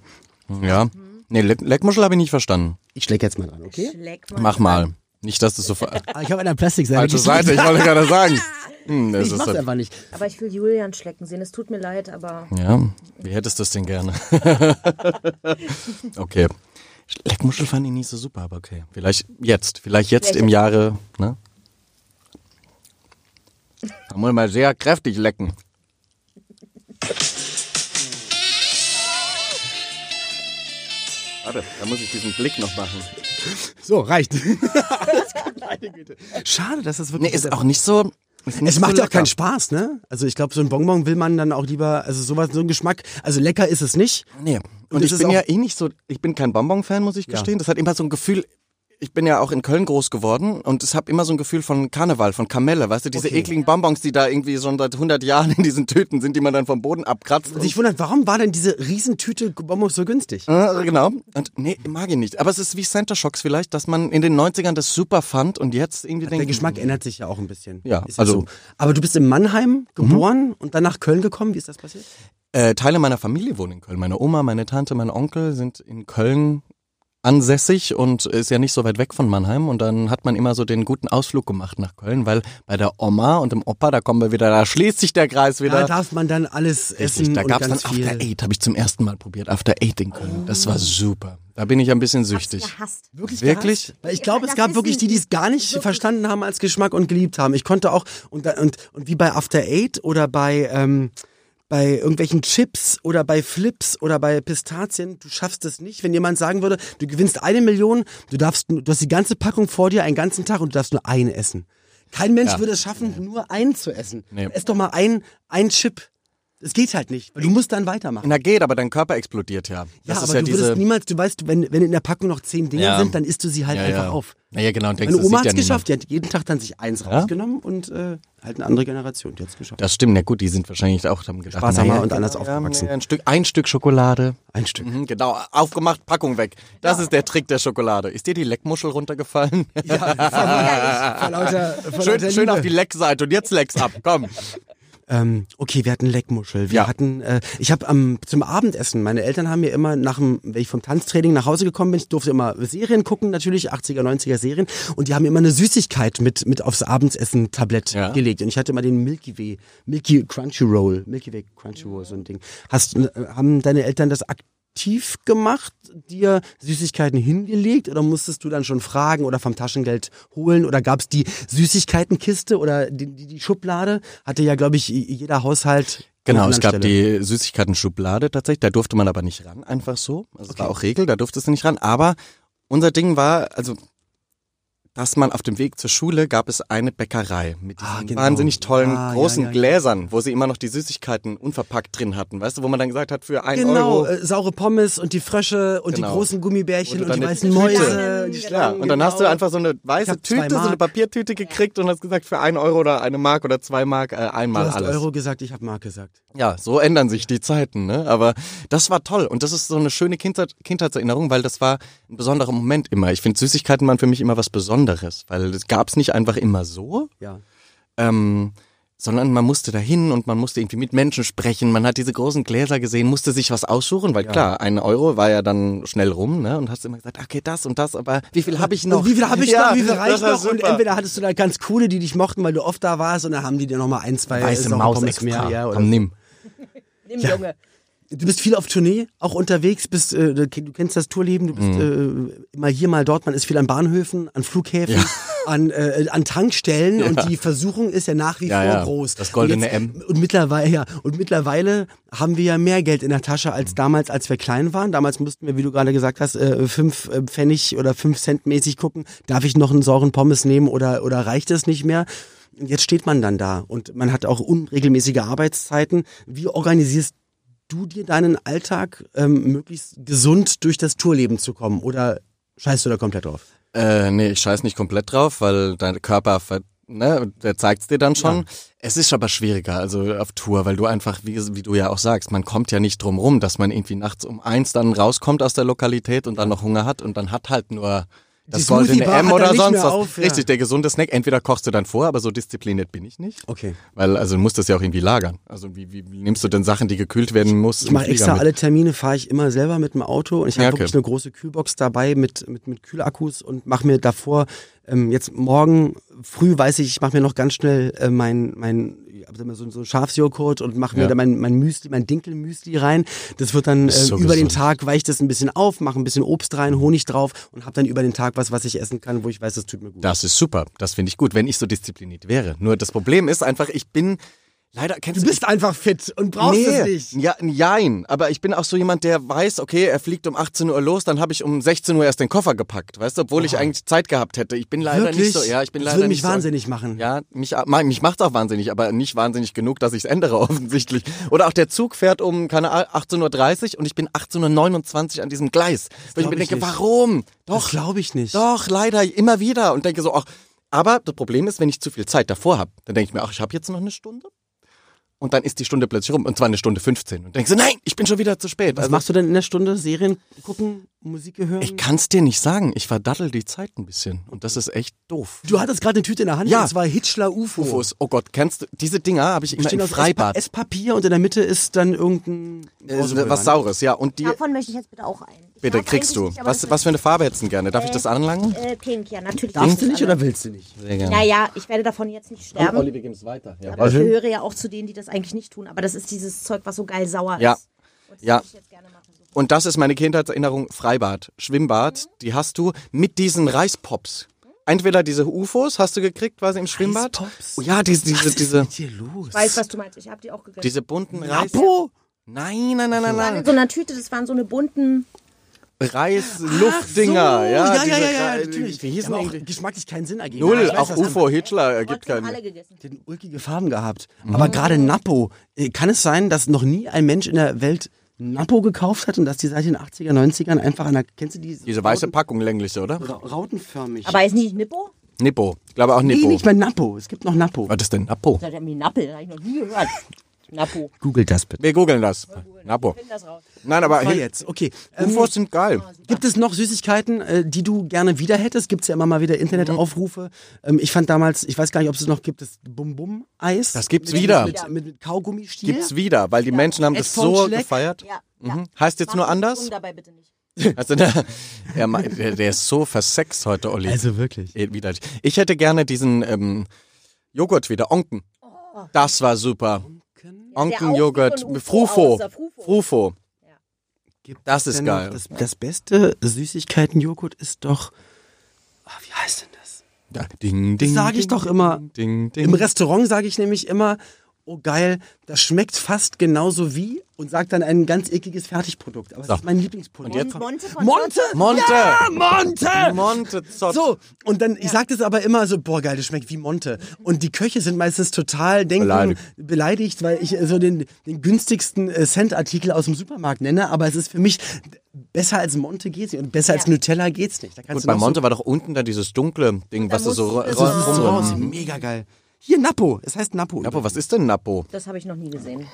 S5: ja. Nee, Leck Leckmuschel habe ich nicht verstanden.
S4: Ich schläg jetzt mal dran, okay?
S6: Schlägt
S5: Mach mal. Nicht, dass das so fa-
S4: Ah, Ich habe eine Plastikseite.
S5: falsche
S4: geschlagen.
S5: Seite, ich wollte gerade sagen. Hm, das
S4: Ich
S5: ist
S4: mach's
S5: halt,
S4: einfach nicht.
S6: Aber ich will Julian schlecken sehen. Es tut mir leid, aber
S5: ja, wie hättest du das denn gerne? okay. Leckmuschel fand ich nicht so super, aber okay. Vielleicht jetzt, vielleicht jetzt im Jahre, ne? Da muss man sehr kräftig lecken. Warte, da muss ich diesen Blick noch machen.
S4: So, reicht. Alles gut, meine Güte. Schade, dass das
S5: Nee,
S4: wirklich...
S5: ist auch nicht so. ist nicht
S4: es macht
S5: so
S4: ja auch keinen
S5: lecker.
S4: Spaß, ne? Also ich glaube, so ein Bonbon will man dann auch lieber, also sowas, so ein Geschmack, also lecker ist es nicht.
S5: Nee. Und,
S4: Und es
S5: ich
S4: ist
S5: bin
S4: auch-
S5: ja eh nicht so, ich bin kein Bonbon-Fan, muss ich gestehen. Das hat immer so ein Gefühl, ich bin ja auch in Köln groß geworden und es habe immer so ein Gefühl von Karneval, von Kamelle, weißt du, diese ekligen Bonbons, die da irgendwie schon seit 100 Jahren in diesen Tüten sind, die man dann vom Boden abkratzt.
S4: Und sich wundert, warum war denn diese Riesentüte Bonbons so günstig?
S5: Äh, genau. Und nee, mag ich nicht. Aber es ist wie Center Shocks vielleicht, dass man in den 90ern das super fand und jetzt irgendwie
S4: Der
S5: denkt.
S4: Geschmack ändert sich ja auch ein bisschen.
S5: Ja,
S4: ist
S5: also- Mhm.
S4: so. Aber du bist in Mannheim geboren und dann nach Köln gekommen. Wie ist das passiert?
S5: Äh, Teile meiner Familie wohnen in Köln. Meine Oma, meine Tante, mein Onkel sind in Köln ansässig und ist ja nicht so weit weg von Mannheim. Und dann hat man immer so den guten Ausflug gemacht nach Köln, weil bei der Oma und dem Opa, da kommen wir wieder, da schließt sich der Kreis wieder.
S4: Da darf man dann alles
S5: Richtig,
S4: essen
S5: da
S4: und
S5: gab's
S4: ganz
S5: dann
S4: viel. Ah.
S5: After Eight, habe ich zum ersten Mal probiert. After Eight in Köln. Das war super. Da bin ich ein bisschen süchtig.
S6: gehasst.
S4: Wirklich?
S5: Wirklich?
S4: Gehasst? Weil ich glaube, es
S6: Das
S4: gab
S6: ist
S4: wirklich
S6: ein-
S4: die, die es gar nicht
S6: wirklich.
S4: verstanden haben als Geschmack und geliebt haben. Ich konnte auch, und, da- und, und wie bei After Eight oder bei, ähm, bei irgendwelchen Chips oder bei Flips oder bei Pistazien, du schaffst es nicht. Wenn jemand sagen würde, du gewinnst eine Million, du darfst, nur- du hast die ganze Packung vor dir, einen ganzen Tag und du darfst nur einen essen. Kein Mensch
S5: Ja.
S4: würde es schaffen, nur einen zu essen.
S5: Nee.
S4: Ess doch mal ein, ein Chip. Es geht halt nicht, weil du musst dann weitermachen.
S5: Na geht, aber dein Körper explodiert ja.
S4: Ja,
S5: Das ist
S4: aber
S5: ja
S4: du
S5: diese.
S4: würdest niemals, du weißt, wenn, wenn in der Packung noch zehn Dinge
S5: Ja.
S4: sind, dann isst du sie halt
S5: ja,
S4: einfach
S5: ja.
S4: auf.
S5: Naja, genau. Und denkst,
S4: Meine
S5: das
S4: Oma
S5: sieht
S4: hat
S5: ja
S4: es geschafft,
S5: niemand.
S4: die hat jeden Tag dann sich eins rausgenommen und äh, halt eine andere Generation, die hat es geschafft.
S5: Das stimmt, na gut, die sind wahrscheinlich auch haben gedacht.
S4: Sparsamer
S5: naja,
S4: und anders
S5: genau,
S4: aufgewachsen.
S5: Ja, ein, Stück, ein Stück Schokolade.
S4: Ein Stück.
S5: Mhm, genau, aufgemacht, Packung weg. Das ist der Trick der Schokolade. Ist dir die Leckmuschel runtergefallen?
S4: Ja, vor lauter, vor lauter
S5: schön schön
S4: Liebe.
S5: auf die Leckseite und jetzt leck's ab, komm.
S4: Ähm, okay, wir hatten Leckmuschel. Wir
S5: Ja.
S4: hatten, äh, ich habe am zum Abendessen, meine Eltern haben mir immer nach dem, wenn ich vom Tanztraining nach Hause gekommen bin, ich durfte immer Serien gucken, natürlich 80er, 90er Serien, und die haben mir immer eine Süßigkeit mit mit aufs Abendessen-Tablett
S5: Ja.
S4: gelegt. Und ich hatte immer den Milky Way, Milky Crunchy Roll, Milky Way Crunchy Roll, so ein Ding. Hast, äh, haben deine Eltern das aktiv gemacht, dir Süßigkeiten hingelegt oder musstest du dann schon fragen oder vom Taschengeld holen oder gab es die Süßigkeitenkiste oder die, die, die Schublade? Hatte ja, glaube ich, jeder Haushalt.
S5: Genau,
S4: an
S5: es gab
S4: anderen Stelle.
S5: die Süßigkeiten-Schublade tatsächlich, da durfte man aber nicht ran, einfach so. Also es war auch Regel, da durftest du nicht ran. Aber unser Ding war, also, dass man auf dem Weg zur Schule gab es eine Bäckerei mit diesen
S4: Ah, genau.
S5: wahnsinnig tollen
S4: Ah, ja,
S5: großen
S4: ja, ja.
S5: Gläsern, wo sie immer noch die Süßigkeiten unverpackt drin hatten, weißt du, wo man dann gesagt hat, für einen
S4: Genau,
S5: Euro.
S4: äh, saure Pommes und die Frösche und die
S5: Genau.
S4: großen Gummibärchen
S5: Oder
S4: und die
S5: deine
S4: weißen
S5: Tüte.
S4: Mäuse. Die
S5: Ja,
S4: Schlangen,
S5: und dann hast du
S4: genau.
S5: einfach so eine weiße
S4: hab zwei
S5: Tüte, so eine
S4: Mark.
S5: Papiertüte gekriegt und hast gesagt, für einen Euro oder eine Mark oder zwei Mark äh,
S4: Du
S5: einmal
S4: hast
S5: alles.
S4: Euro gesagt, ich habe Mark gesagt.
S5: Ja, so ändern sich die Zeiten, ne? Aber das war toll und das ist so eine schöne Kindheit, Kindheitserinnerung, weil das war ein besonderer Moment immer. Ich finde Süßigkeiten waren für mich immer was Besonderes, weil das gab's nicht einfach immer so,
S4: Ja.
S5: ähm, sondern man musste dahin und man musste irgendwie mit Menschen sprechen. Man hat diese großen Gläser gesehen, musste sich was aussuchen, weil klar, ein Euro war ja dann schnell rum, ne? Und hast immer gesagt, okay, das und das, aber wie viel habe ich noch?
S4: Und wie viel habe ich
S5: Ja,
S4: noch? Wie viel reicht
S5: das war
S4: noch? Und
S5: super.
S4: entweder hattest du da ganz coole, die dich mochten, weil du oft da warst, und dann haben die dir nochmal ein, zwei
S5: weiße
S4: saure
S5: Maus
S4: Pommes
S5: extra.
S4: mehr. Ja, oder
S5: Komm, nimm.
S6: nimm Junge.
S4: Du bist viel auf Tournee, auch unterwegs, bist, äh, du kennst das Tourleben, du bist
S5: Mhm.
S4: äh, mal hier, mal dort, man ist viel an Bahnhöfen, an Flughäfen, an, äh, an Tankstellen und die Versuchung ist ja nach wie
S5: Ja,
S4: vor
S5: ja,
S4: groß.
S5: das goldene
S4: und
S5: M.
S4: Und mittlerweile, ja, und mittlerweile haben wir ja mehr Geld in der Tasche als damals, als wir klein waren. Damals mussten wir, wie du gerade gesagt hast, äh, fünf äh, Pfennig oder fünf Cent mäßig gucken, darf ich noch einen sauren Pommes nehmen oder, oder reicht es nicht mehr? Und jetzt steht man dann da und man hat auch unregelmäßige Arbeitszeiten. Wie organisierst du dir deinen Alltag, ähm, möglichst gesund durch das Tourleben zu kommen? Oder scheißt du da komplett drauf?
S5: Äh, nee, ich scheiß nicht komplett drauf, weil dein Körper, ver ne, der zeigt's dir dann schon. Es ist aber schwieriger, also auf Tour, weil du einfach, wie, wie du ja auch sagst, man kommt ja nicht drum rum, dass man irgendwie nachts um eins dann rauskommt aus der Lokalität und dann noch Hunger hat und dann hat halt nur das
S4: Smoothie-Bar hat
S5: goldene M
S4: er
S5: oder
S4: nicht
S5: sonst
S4: mehr
S5: was.
S4: auf, ja.
S5: Richtig, der gesunde Snack. Entweder kochst du dann vor, aber so diszipliniert bin ich nicht.
S4: Okay.
S5: Weil, also du musst das ja auch irgendwie lagern. Also wie, wie nimmst du denn Sachen, die gekühlt werden muss?
S4: Ich mache extra alle Termine, fahre ich immer selber mit dem Auto und ich habe
S5: Ja, okay.
S4: wirklich eine große Kühlbox dabei mit, mit, mit Kühlakkus und mache mir davor, ähm, jetzt morgen früh weiß ich, ich mache mir noch ganz schnell äh, mein, mein ich hab immer so, so einen Schafsjoghurt und mache mir
S5: Ja.
S4: da mein, mein Müsli, mein Dinkelmüsli rein. Das wird dann äh,
S5: Ist so
S4: über den
S5: gesund.
S4: Tag weiche ich das ein bisschen auf, mache ein bisschen Obst rein, Honig drauf und habe dann über den Tag was, was ich essen kann, wo ich weiß, das tut mir gut.
S5: Das ist super. Das finde ich gut, wenn ich so diszipliniert wäre. Nur das Problem ist einfach, ich bin leider kennst
S4: Du bist einfach fit und brauchst es nicht.
S5: Ja, jein. Aber ich bin auch so jemand, der weiß, okay, er fliegt um 18 Uhr los, dann habe ich um 16 Uhr erst den Koffer gepackt, weißt du, obwohl ich eigentlich Zeit gehabt hätte. Ich bin leider
S4: Wirklich?
S5: nicht so. Ja, ich bin
S4: Das
S5: leider
S4: würde
S5: nicht
S4: mich
S5: so-
S4: wahnsinnig machen.
S5: Ja, mich, ma- mich macht's auch wahnsinnig, aber nicht wahnsinnig genug, dass ich's ändere offensichtlich. Oder auch der Zug fährt um, keine Ahnung, 18.30 Uhr und ich bin 18.29 Uhr an diesem Gleis. Wo ich
S4: glaub
S5: mir
S4: ich
S5: denke,
S4: nicht.
S5: warum? Doch.
S4: Das glaub ich nicht.
S5: Doch, leider, immer wieder. Und denke so, ach, aber das Problem ist, wenn ich zu viel Zeit davor habe, dann denke ich mir, ach, ich habe jetzt noch eine Stunde. Und dann ist die Stunde plötzlich rum, und zwar eine Stunde 15. Und denkst so, nein, ich bin schon wieder zu spät.
S4: Was
S5: Also,
S4: machst du denn in der Stunde? Serien gucken, Musik hören?
S5: ich kann's dir nicht sagen. Ich verdattel die Zeit ein bisschen. Und das ist echt doof.
S4: Du hattest gerade eine Tüte in der Hand,
S5: Ja.
S4: das war Hitchler UFO.
S5: UFOs. Oh Gott, kennst du diese Dinger? Habe ich immer
S4: Bestehen
S5: im
S4: aus
S5: Freibad.
S4: Esspa- Esspapier und in der Mitte ist dann irgendein
S5: Äh, so was Saures, ja. Und die,
S6: Davon möchte ich jetzt bitte auch ein. Ich
S5: bitte,
S6: darf
S5: kriegst
S6: eigentlich
S5: du.
S6: nicht, aber
S5: was,
S6: das
S5: was für eine Farbe hättest du denn gerne? Darf ich das anlangen? Hm?
S6: Äh, pink, ja, natürlich.
S4: Darfst du nicht oder willst du nicht?
S5: Sehr gerne.
S6: Naja, ich werde davon jetzt nicht sterben.
S5: Olli, wir geben es weiter. Ja.
S6: Aber ich gehöre ja auch zu denen, die das eigentlich nicht tun. Aber das ist dieses Zeug, was so geil sauer
S5: Ja.
S6: ist. Und das
S5: Ja.
S6: würde ich jetzt gerne machen.
S5: Und das ist meine Kindheitserinnerung, Freibad, Schwimmbad, die hast du mit diesen Reispops. Entweder diese UFOs hast du gekriegt quasi im Schwimmbad.
S4: Reispops?
S5: Oh ja, diese, diese, diese,
S4: Hier los.
S6: Ich weiß, was du meinst. Ich habe die auch gegessen.
S5: diese bunten Reis...
S4: Apo?
S5: Nein, nein, nein, nein,
S6: waren in
S5: nein.
S6: so einer Tüte, das waren so eine bunten.
S5: Reisluftdinger. ja,
S4: ja, ja,
S5: diese
S4: ja, ja,
S5: Reis-
S4: natürlich.
S5: Wie hießen
S4: Die haben
S5: die?
S4: auch geschmacklich keinen Sinn ergeben.
S5: Null,
S4: Ich weiß,
S5: auch
S4: was du
S5: UFO, Hitler, ergibt
S6: Trotzdem
S5: keinen...
S6: alle gegessen.
S4: Den ulkige Farben gehabt.
S5: Mhm.
S4: Aber gerade Napo. äh, Kann es sein, dass noch nie ein Mensch in der Welt Napo gekauft hat und dass die seit den 80er, 90ern einfach an der, kennst du die?
S5: Diese weiße
S4: Rauten-
S5: Packung, längliche, oder?
S4: Ra- Rautenförmig.
S6: Aber ist nicht Nippo?
S5: Nippo. Ich glaube auch
S4: nee,
S5: Nippo.
S4: nicht mehr Napo. Es gibt noch Napo.
S5: Was ist denn Napo?
S6: Das hat er mir Nappel, das habe ich noch nie gehört. Nappo.
S4: Googelt das bitte.
S5: Wir googeln das. Napo.
S6: Das raus.
S5: Nein, aber
S4: War
S5: hey,
S4: jetzt, okay. Ähm,
S5: UFOs sind geil.
S4: Gibt es noch Süßigkeiten, äh, die du gerne wieder hättest? Gibt es ja immer mal
S5: Mhm.
S4: wieder Internetaufrufe. Ähm, ich fand damals, ich weiß gar nicht, ob es es noch gibt, das Bum-Bum-Eis.
S5: Das gibt's
S4: mit,
S5: wieder.
S4: Mit, mit, mit Kaugummistiel.
S5: Gibt's wieder, weil die Menschen haben das
S4: Ed von
S5: so
S4: Schleck?
S5: gefeiert.
S6: Ja.
S5: Mhm. Heißt jetzt nur anders?
S6: dabei bitte nicht.
S5: Also, der, der, ma- der, der ist so versext heute, Olli.
S4: Also wirklich.
S5: Eh, widerlich. Ich hätte gerne diesen ähm, Joghurt wieder, Onken.
S6: Oh.
S5: Das war super.
S6: der
S5: Onken-Joghurt.
S6: Aufstieg von
S5: Frufo.
S6: UFO aus der Frufo.
S5: Frufo.
S4: Gibt
S5: Das
S4: es
S5: ist
S4: denn noch-
S5: geil.
S4: Das, das beste Süßigkeiten-Joghurt ist doch. Ah, wie heißt denn das?
S5: Ja, ding, ding.
S4: sag ich
S5: ding,
S4: doch immer.
S5: Ding, ding.
S4: Im Restaurant sage ich nämlich immer, oh geil, das schmeckt fast genauso wie und sag dann ein ganz ekliges Fertigprodukt. Aber es
S5: So.
S4: ist mein Lieblingsprodukt.
S5: Und jetzt-
S6: Monte von
S4: Monte!
S5: Monte!
S4: Ja, Monte!
S5: Monte Zott.
S4: So, also und dann, ich sag das aber immer so, boah geil, das schmeckt wie Monte. Und die Köche sind meistens total denken,
S5: Beleidigt.
S4: beleidigt, weil ich äh, so den, den günstigsten äh, Cent-Artikel aus dem Supermarkt nenne, aber es ist für mich besser als Monte geht's nicht und besser als Nutella geht's nicht. Da kannst
S5: Gut,
S4: du
S5: bei
S4: noch
S5: Monte war doch unten da dieses dunkle Ding, was du
S6: muss-
S5: so
S6: das
S4: so, das ist so
S5: rumrollen.
S4: raus, mega geil. Hier, Napo, es heißt Napo.
S5: mhm. Napo, was ist denn Napo?
S6: Das habe ich noch nie gesehen.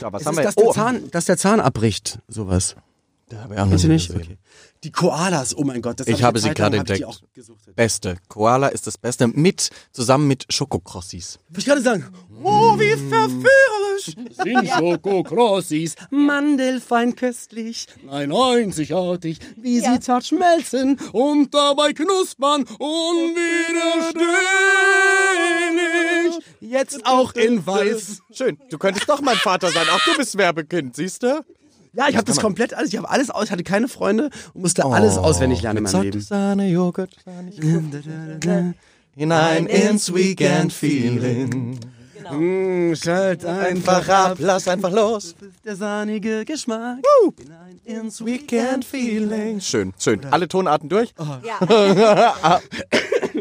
S5: Da, was
S4: Es ist, dass, der Zahn, dass der Zahn abbricht, sowas.
S5: Oh, Da hab ich auch noch
S4: Kennst du
S5: nie
S4: nicht?
S5: gesehen.
S4: Okay. Die Koalas, oh mein Gott. Das
S5: Hm, Ich habe sie
S4: eine Zeit lang,
S5: gerade
S4: hab ich die
S5: entdeckt.
S4: auch gesuchtet.
S5: Beste. Koala ist das Beste mit, zusammen mit Schokokrossis.
S4: Wollte ich gerade sagen, oh, wie verführerisch sind Schokokrossis, mandelfein köstlich, nein, einzigartig, wie sie zart schmelzen und dabei knuspern unwiderstehlich. Jetzt auch in weiß.
S5: Schön. Du könntest doch mein Vater sein. Auch du bist Werbekind, siehst du?
S4: Ja, ich habe das komplett alles, ich habe alles aus, ich hatte keine Freunde und musste alles auswendig lernen in meinem
S5: Sahne,
S4: Leben.
S5: Sahne, Joghurt, Sahne, Hinein ins Weekend-Feeling.
S4: Schalt
S5: Einfach ab, lass einfach los.
S4: der sahnige Geschmack. Hinein ins
S5: Weekend-Feeling. Schön, schön. Alle Tonarten durch.
S4: Oh.
S5: Ah,
S6: Ja.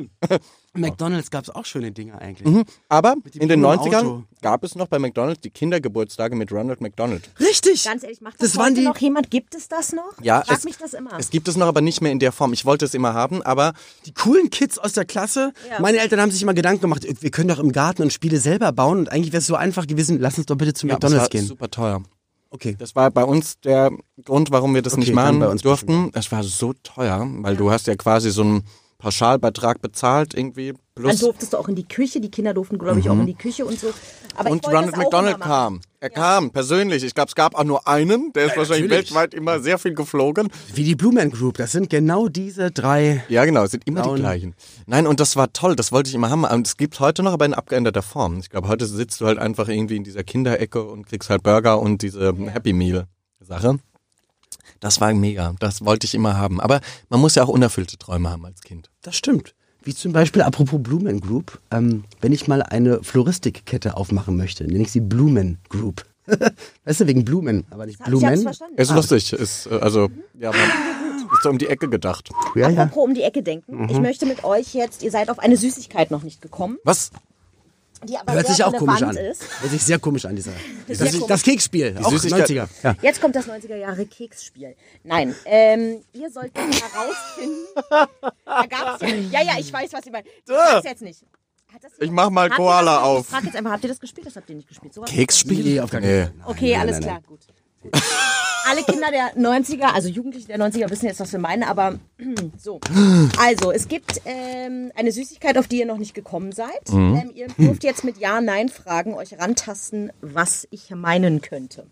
S4: McDonalds gab's auch schöne Dinge eigentlich.
S5: Aber
S4: dem
S5: in den
S4: coolen
S5: 90ern
S4: Auto.
S5: gab es noch bei McDonalds die Kindergeburtstage mit Ronald McDonald.
S4: Richtig!
S6: Ganz ehrlich, macht das,
S4: das waren
S6: heute
S4: die.
S6: noch jemand? Gibt es das noch?
S5: Ja,
S6: Frag
S5: es-
S6: mich das immer.
S5: Es gibt es noch, aber nicht mehr in der Form. Ich wollte es immer haben, aber
S4: die coolen Kids aus der Klasse. Meine Eltern haben sich immer Gedanken gemacht, äh, wir können doch im Garten und Spiele selber bauen und eigentlich wäre es so einfach gewesen, lass uns doch bitte zu
S5: aber es
S4: McDonalds
S5: war
S4: gehen.
S5: super teuer.
S4: Okay.
S5: Das war bei uns der Grund, warum wir das
S4: Okay,
S5: nicht
S4: dann
S5: machen
S4: bei uns
S5: durften. Es war so teuer, weil du hast ja quasi so einen Pauschalbeitrag bezahlt irgendwie
S6: Dann
S5: plus
S6: durftest du auch in die Küche, die Kinder durften, glaube ich, auch in die Küche und so. Aber ich
S5: und
S6: wollte
S5: Ronald
S6: das auch
S5: McDonald
S6: immer machen.
S5: kam. Er kam persönlich. Ich glaube, es gab auch nur einen. Der ist wahrscheinlich
S4: natürlich.
S5: weltweit immer sehr viel geflogen.
S4: Wie die Blue Man Group, das sind genau diese drei.
S5: Ja, genau, es sind immer
S4: Blauen.
S5: die gleichen. Nein, und das war toll, das wollte ich immer haben. Und es gibt heute noch, aber in abgeänderter Form. Ich glaube, heute sitzt du halt einfach irgendwie in dieser Kinderecke und kriegst halt Burger und diese Happy Meal-Sache. Das war mega, das wollte ich immer haben. Aber man muss ja auch unerfüllte Träume haben als Kind.
S4: Das stimmt. Wie zum Beispiel, apropos Blumen Group, ähm, wenn ich mal eine Floristikkette aufmachen möchte, nenne ich sie Blumen Group. weißt du, wegen Blumen, aber nicht
S6: Ich hab's
S4: Blumen.
S6: verstanden.
S5: Ist lustig, ist, äh, also, ja, man ist so um die Ecke gedacht.
S4: Ja, ja.
S6: Apropos um die Ecke denken. Ich möchte mit euch jetzt, ihr seid auf eine Süßigkeit noch nicht gekommen,
S5: Was?
S6: die aber
S4: Hört
S6: sehr
S4: sich auch
S6: relevant
S4: komisch an.
S6: ist.
S4: Hört sich sehr komisch an, dieser. Das,
S6: sehr
S4: ist-
S6: komisch.
S4: das Keksspiel, auch
S5: Süßigkeit-
S4: 90er. Ja.
S6: Jetzt kommt das 90er Jahre Keksspiel. Nein, ähm, ihr sollt jetzt herausfinden. da gab's ja, ja, ja, ich weiß, was ihr meint. Ich weiß jetzt nicht. Hat das jemand-
S5: Ich mach mal
S6: Habt ihr
S5: Koala
S6: das,
S5: auf.
S6: Ich frag jetzt einfach, habt ihr das gespielt? Das habt ihr nicht gespielt. Sowas
S5: Keksspiel?
S4: Nee, auf gar keinen Fall.
S6: Okay, alles klar, gut. Gut. Alle Kinder der 90er, also Jugendliche der 90er wissen jetzt, was wir meinen, aber so. Also, es gibt ähm, eine Süßigkeit, auf die ihr noch nicht gekommen seid.
S5: Mhm.
S6: Ähm, ihr dürft jetzt mit Ja, Nein fragen, euch rantasten, was ich meinen könnte.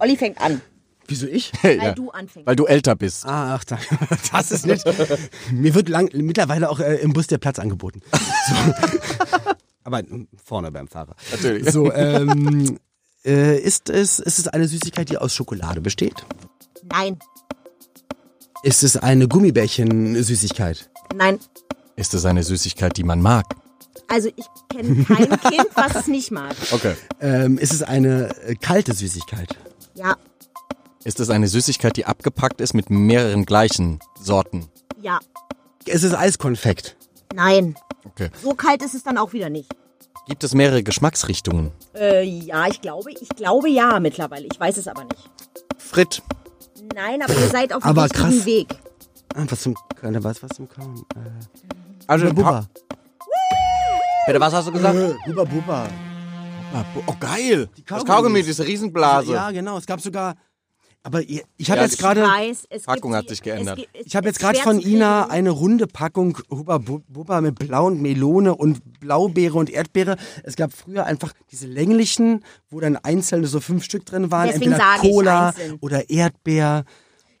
S6: Olli fängt an,
S4: Wieso ich?
S5: Hey,
S6: weil
S5: ja.
S6: du anfängst.
S5: Weil du älter bist.
S4: Ah, Ach, da- das ist nicht. Mir wird lang, mittlerweile auch äh, im Bus der Platz angeboten. So. Aber vorne beim Fahrer.
S5: Natürlich.
S4: So, ähm, äh, ist, es, ist es eine Süßigkeit, die aus Schokolade besteht?
S6: nein,
S4: Ist es eine Gummibärchen-Süßigkeit?
S6: nein.
S5: Ist es eine Süßigkeit, die man mag?
S6: Also, ich kenne kein Kind, was es nicht mag.
S5: Okay.
S4: Ähm, ist es eine äh, kalte Süßigkeit?
S6: Ja,
S5: Ist es eine Süßigkeit, die abgepackt ist mit mehreren gleichen Sorten?
S6: ja,
S4: Ist es Eiskonfekt?
S6: nein.
S5: Okay.
S6: So kalt ist es dann auch wieder nicht.
S5: Gibt es mehrere Geschmacksrichtungen?
S6: Äh, ja, ich glaube, ich glaube ja mittlerweile. Ich weiß es aber nicht.
S5: Frit.
S6: Nein, aber ihr seid auf dem
S4: Aber
S6: richtigen
S4: krass.
S6: Weg.
S4: Ah, was zum, keine- was, was zum Kauen? Äh,
S5: Also
S4: Bubba.
S5: Bitte, was hast du gesagt?
S4: Äh, Bubba, Bubba.
S5: Oh, geil. Das
S4: Kaugummis.
S5: Kaugummi, diese Riesenblase.
S4: Ja, genau. Es gab sogar. Aber ihr- ich habe
S5: Ja,
S4: jetzt
S5: das-
S4: gerade.
S6: Weiß, es
S5: Packung
S6: gibt
S5: hat
S6: die-
S5: sich geändert.
S6: es gibt- es
S4: Ich habe
S6: ist
S4: jetzt gerade
S6: schwer
S4: von
S6: zu kriegen.
S4: Ina eine runde Packung Huba Bu- Bubba mit Blau und Melone und Blaubeere und Erdbeere. Es gab früher einfach diese länglichen, wo dann einzelne so fünf Stück drin waren.
S6: Deswegen
S4: entweder
S6: sage ich
S4: Cola
S6: einzeln.
S4: oder Erdbeer.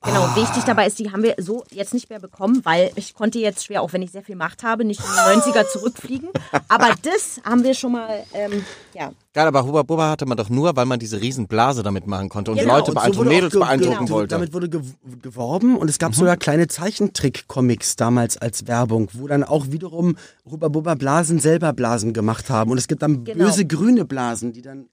S6: Genau,
S4: Ah.
S6: wichtig dabei ist, die haben wir so jetzt nicht mehr bekommen, weil ich konnte jetzt schwer, auch wenn ich sehr viel Macht habe, nicht in die 90er zurückfliegen. Aber das haben wir schon mal, ähm, ja.
S5: Geil, aber Huba Bubba hatte man doch nur, weil man diese Riesenblase damit machen konnte und
S6: Genau,
S5: Leute
S6: und
S4: Und
S5: beeindrucken,
S4: wurde
S5: Mädels
S4: auch ge-
S5: beeindrucken
S4: ge-
S5: wollte. Mhm.
S4: Damit wurde ge geworben und es gab sogar kleine Zeichentrick-Comics damals als Werbung, wo dann auch wiederum Huba Bubba Blasen selber Blasen gemacht haben. Und es gibt dann
S6: Genau.
S4: böse grüne Blasen, die dann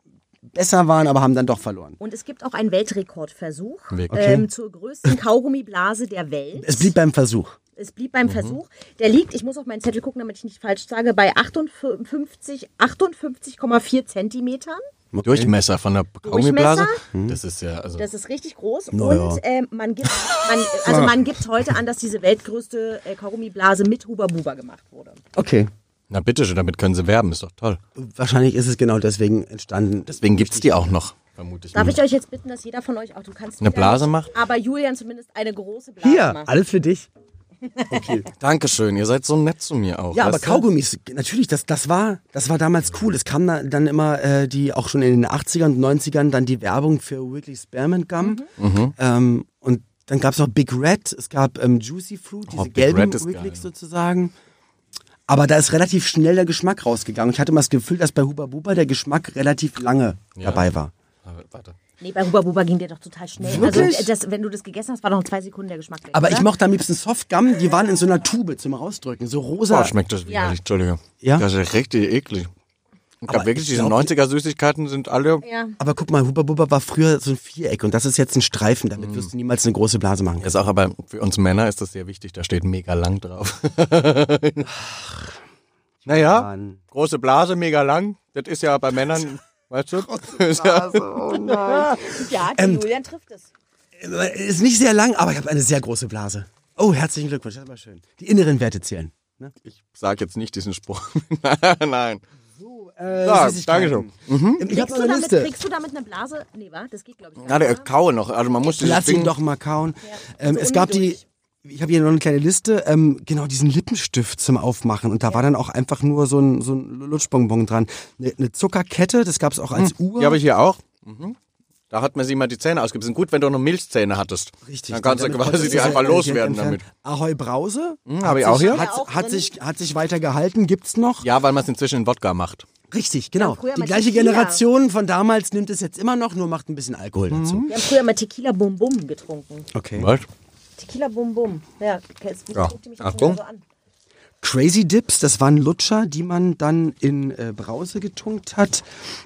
S4: besser waren, aber haben dann doch verloren.
S6: Und es gibt auch einen Weltrekordversuch
S5: Wirklich?
S6: ähm, zur größten Kaugummiblase der Welt.
S4: Es blieb beim Versuch.
S6: Es
S4: Mhm.
S6: blieb beim Versuch. Der liegt, ich muss auf meinen Zettel gucken, damit ich nicht falsch sage, bei 58 58,4 Zentimetern.
S5: Durchmesser von der Kaugummiblase? Das ist ja, also.
S6: Das ist richtig groß.
S4: Naja.
S6: Und ähm, man, gibt, man, also
S4: Ah.
S6: man gibt heute an, dass diese weltgrößte äh, Kaugummiblase mit Huba Buba gemacht wurde.
S4: Okay.
S5: Na bitte schön, damit können sie werben, ist doch toll.
S4: Wahrscheinlich ist es genau deswegen entstanden.
S5: Deswegen gibt's die auch noch, vermute ich.
S6: Darf
S5: mal.
S4: Hm.
S6: ich euch jetzt bitten, dass jeder von euch, auch du kannst
S5: Eine
S6: wieder
S5: Blase
S6: nicht,
S5: macht?
S6: aber Julian zumindest eine große Blase
S4: Hier,
S6: macht.
S4: alles für dich.
S5: Dankeschön, ihr seid so nett zu mir auch.
S4: Ja, aber
S5: weißt du?
S4: Kaugummis, natürlich, das, das, war, das war damals cool. Es kam da, dann immer äh, die, auch schon in den 80ern und 90ern, dann die Werbung für Wiggly Spearmint Gum. Ähm, und dann gab es noch Big Red, es gab ähm, Juicy Fruit, diese
S5: Big
S4: gelben
S5: Red ist
S4: Wigglys
S5: geil.
S4: sozusagen. Aber da ist relativ schnell der Geschmack rausgegangen. Ich hatte immer das Gefühl, dass bei Huba Buba der Geschmack relativ lange dabei war.
S5: Aber Warte.
S6: Nee, bei Huba Buba ging der doch total schnell.
S4: Wirklich?
S6: Also, äh, das, wenn du das gegessen hast, war noch in zwei Sekunden der Geschmack weg.
S4: Aber ich
S6: oder?
S4: mochte am liebsten Softgum, die waren in so einer Tube zum Rausdrücken, so rosa.
S5: Oh, schmeckt das widerlich, Entschuldige.
S4: Ja?
S5: Das ist richtig eklig. Ich
S4: Aber
S5: glaube wirklich,
S4: ich
S5: diese
S4: glaub-
S5: 90er-Süßigkeiten sind alle
S6: Ja.
S4: Aber guck mal, Hubba Bubba war früher so ein Viereck und das ist jetzt ein Streifen. Damit
S5: Mhm.
S4: wirst du niemals eine große Blase machen.
S5: Ist auch aber für uns Männer ist das sehr wichtig, da steht mega lang drauf. naja,
S4: Mann.
S5: große Blase, mega lang, das ist ja bei Männern, weißt du? Ist ja-
S6: Ja,
S4: ähm,
S6: die Julian trifft es.
S4: Äh, Ist nicht sehr lang, aber ich habe eine sehr große Blase. Oh, herzlichen Glückwunsch, das ist aber schön. Die inneren Werte zählen.
S5: ich sag jetzt nicht diesen Spruch. Nein.
S4: äh,
S5: Ja,
S4: Süßigkeiten.
S5: Ah, danke Mhm.
S4: Ähm, Ich habe
S6: Kriegst
S4: noch
S6: du,
S4: eine
S6: damit,
S4: Liste.
S6: kriegst du damit eine Blase? Nee, war? Das geht, glaube ich.
S5: Ja,
S6: nicht.
S5: der kaue noch. Also man muss dieses
S4: Lass ihn
S5: Ding
S4: doch mal kauen. Ähm,
S6: so
S4: es gab die.
S6: ungeduldig.
S4: Ich habe hier noch eine kleine Liste, ähm, genau diesen Lippenstift zum Aufmachen. Und da war dann auch einfach nur so ein, so ein Lutschbonbon dran. Eine ne Zuckerkette, das gab es auch als Uhr.
S5: Die habe ich hier auch. Mhm. Da hat man sich mal die Zähne ausgebissen. Gut, wenn du noch Milchzähne hattest.
S4: Richtig.
S5: Dann kannst du
S4: damit
S5: quasi
S4: konntest
S5: die
S4: du
S5: einfach
S4: sie direkt
S5: loswerden
S4: entfernen.
S5: damit. Hm,
S4: Ahoi Brause.
S5: hab
S4: Hat
S5: ich auch
S4: sich-
S5: hier.
S4: Hat,
S6: Auch
S4: hat,
S6: drin.
S4: sich, hat sich weiter gehalten, gibt's noch.
S5: Ja, weil man es inzwischen in Wodka macht.
S4: Richtig, genau.
S6: früher
S4: Die
S6: mit
S4: gleiche
S6: Tequila.
S4: Generation von damals nimmt es jetzt immer noch, nur macht ein bisschen Alkohol
S5: Mhm.
S4: dazu.
S6: Wir haben früher mal Tequila Bum Bum getrunken.
S4: Okay.
S5: Was?
S6: Tequila Bum Bum. Ja, okay, es
S5: Ja.
S6: guckt die mich jetzt
S5: Achtung.
S6: mal so an.
S4: Crazy Dips, das waren Lutscher, die man dann in äh, Brause getunkt hat.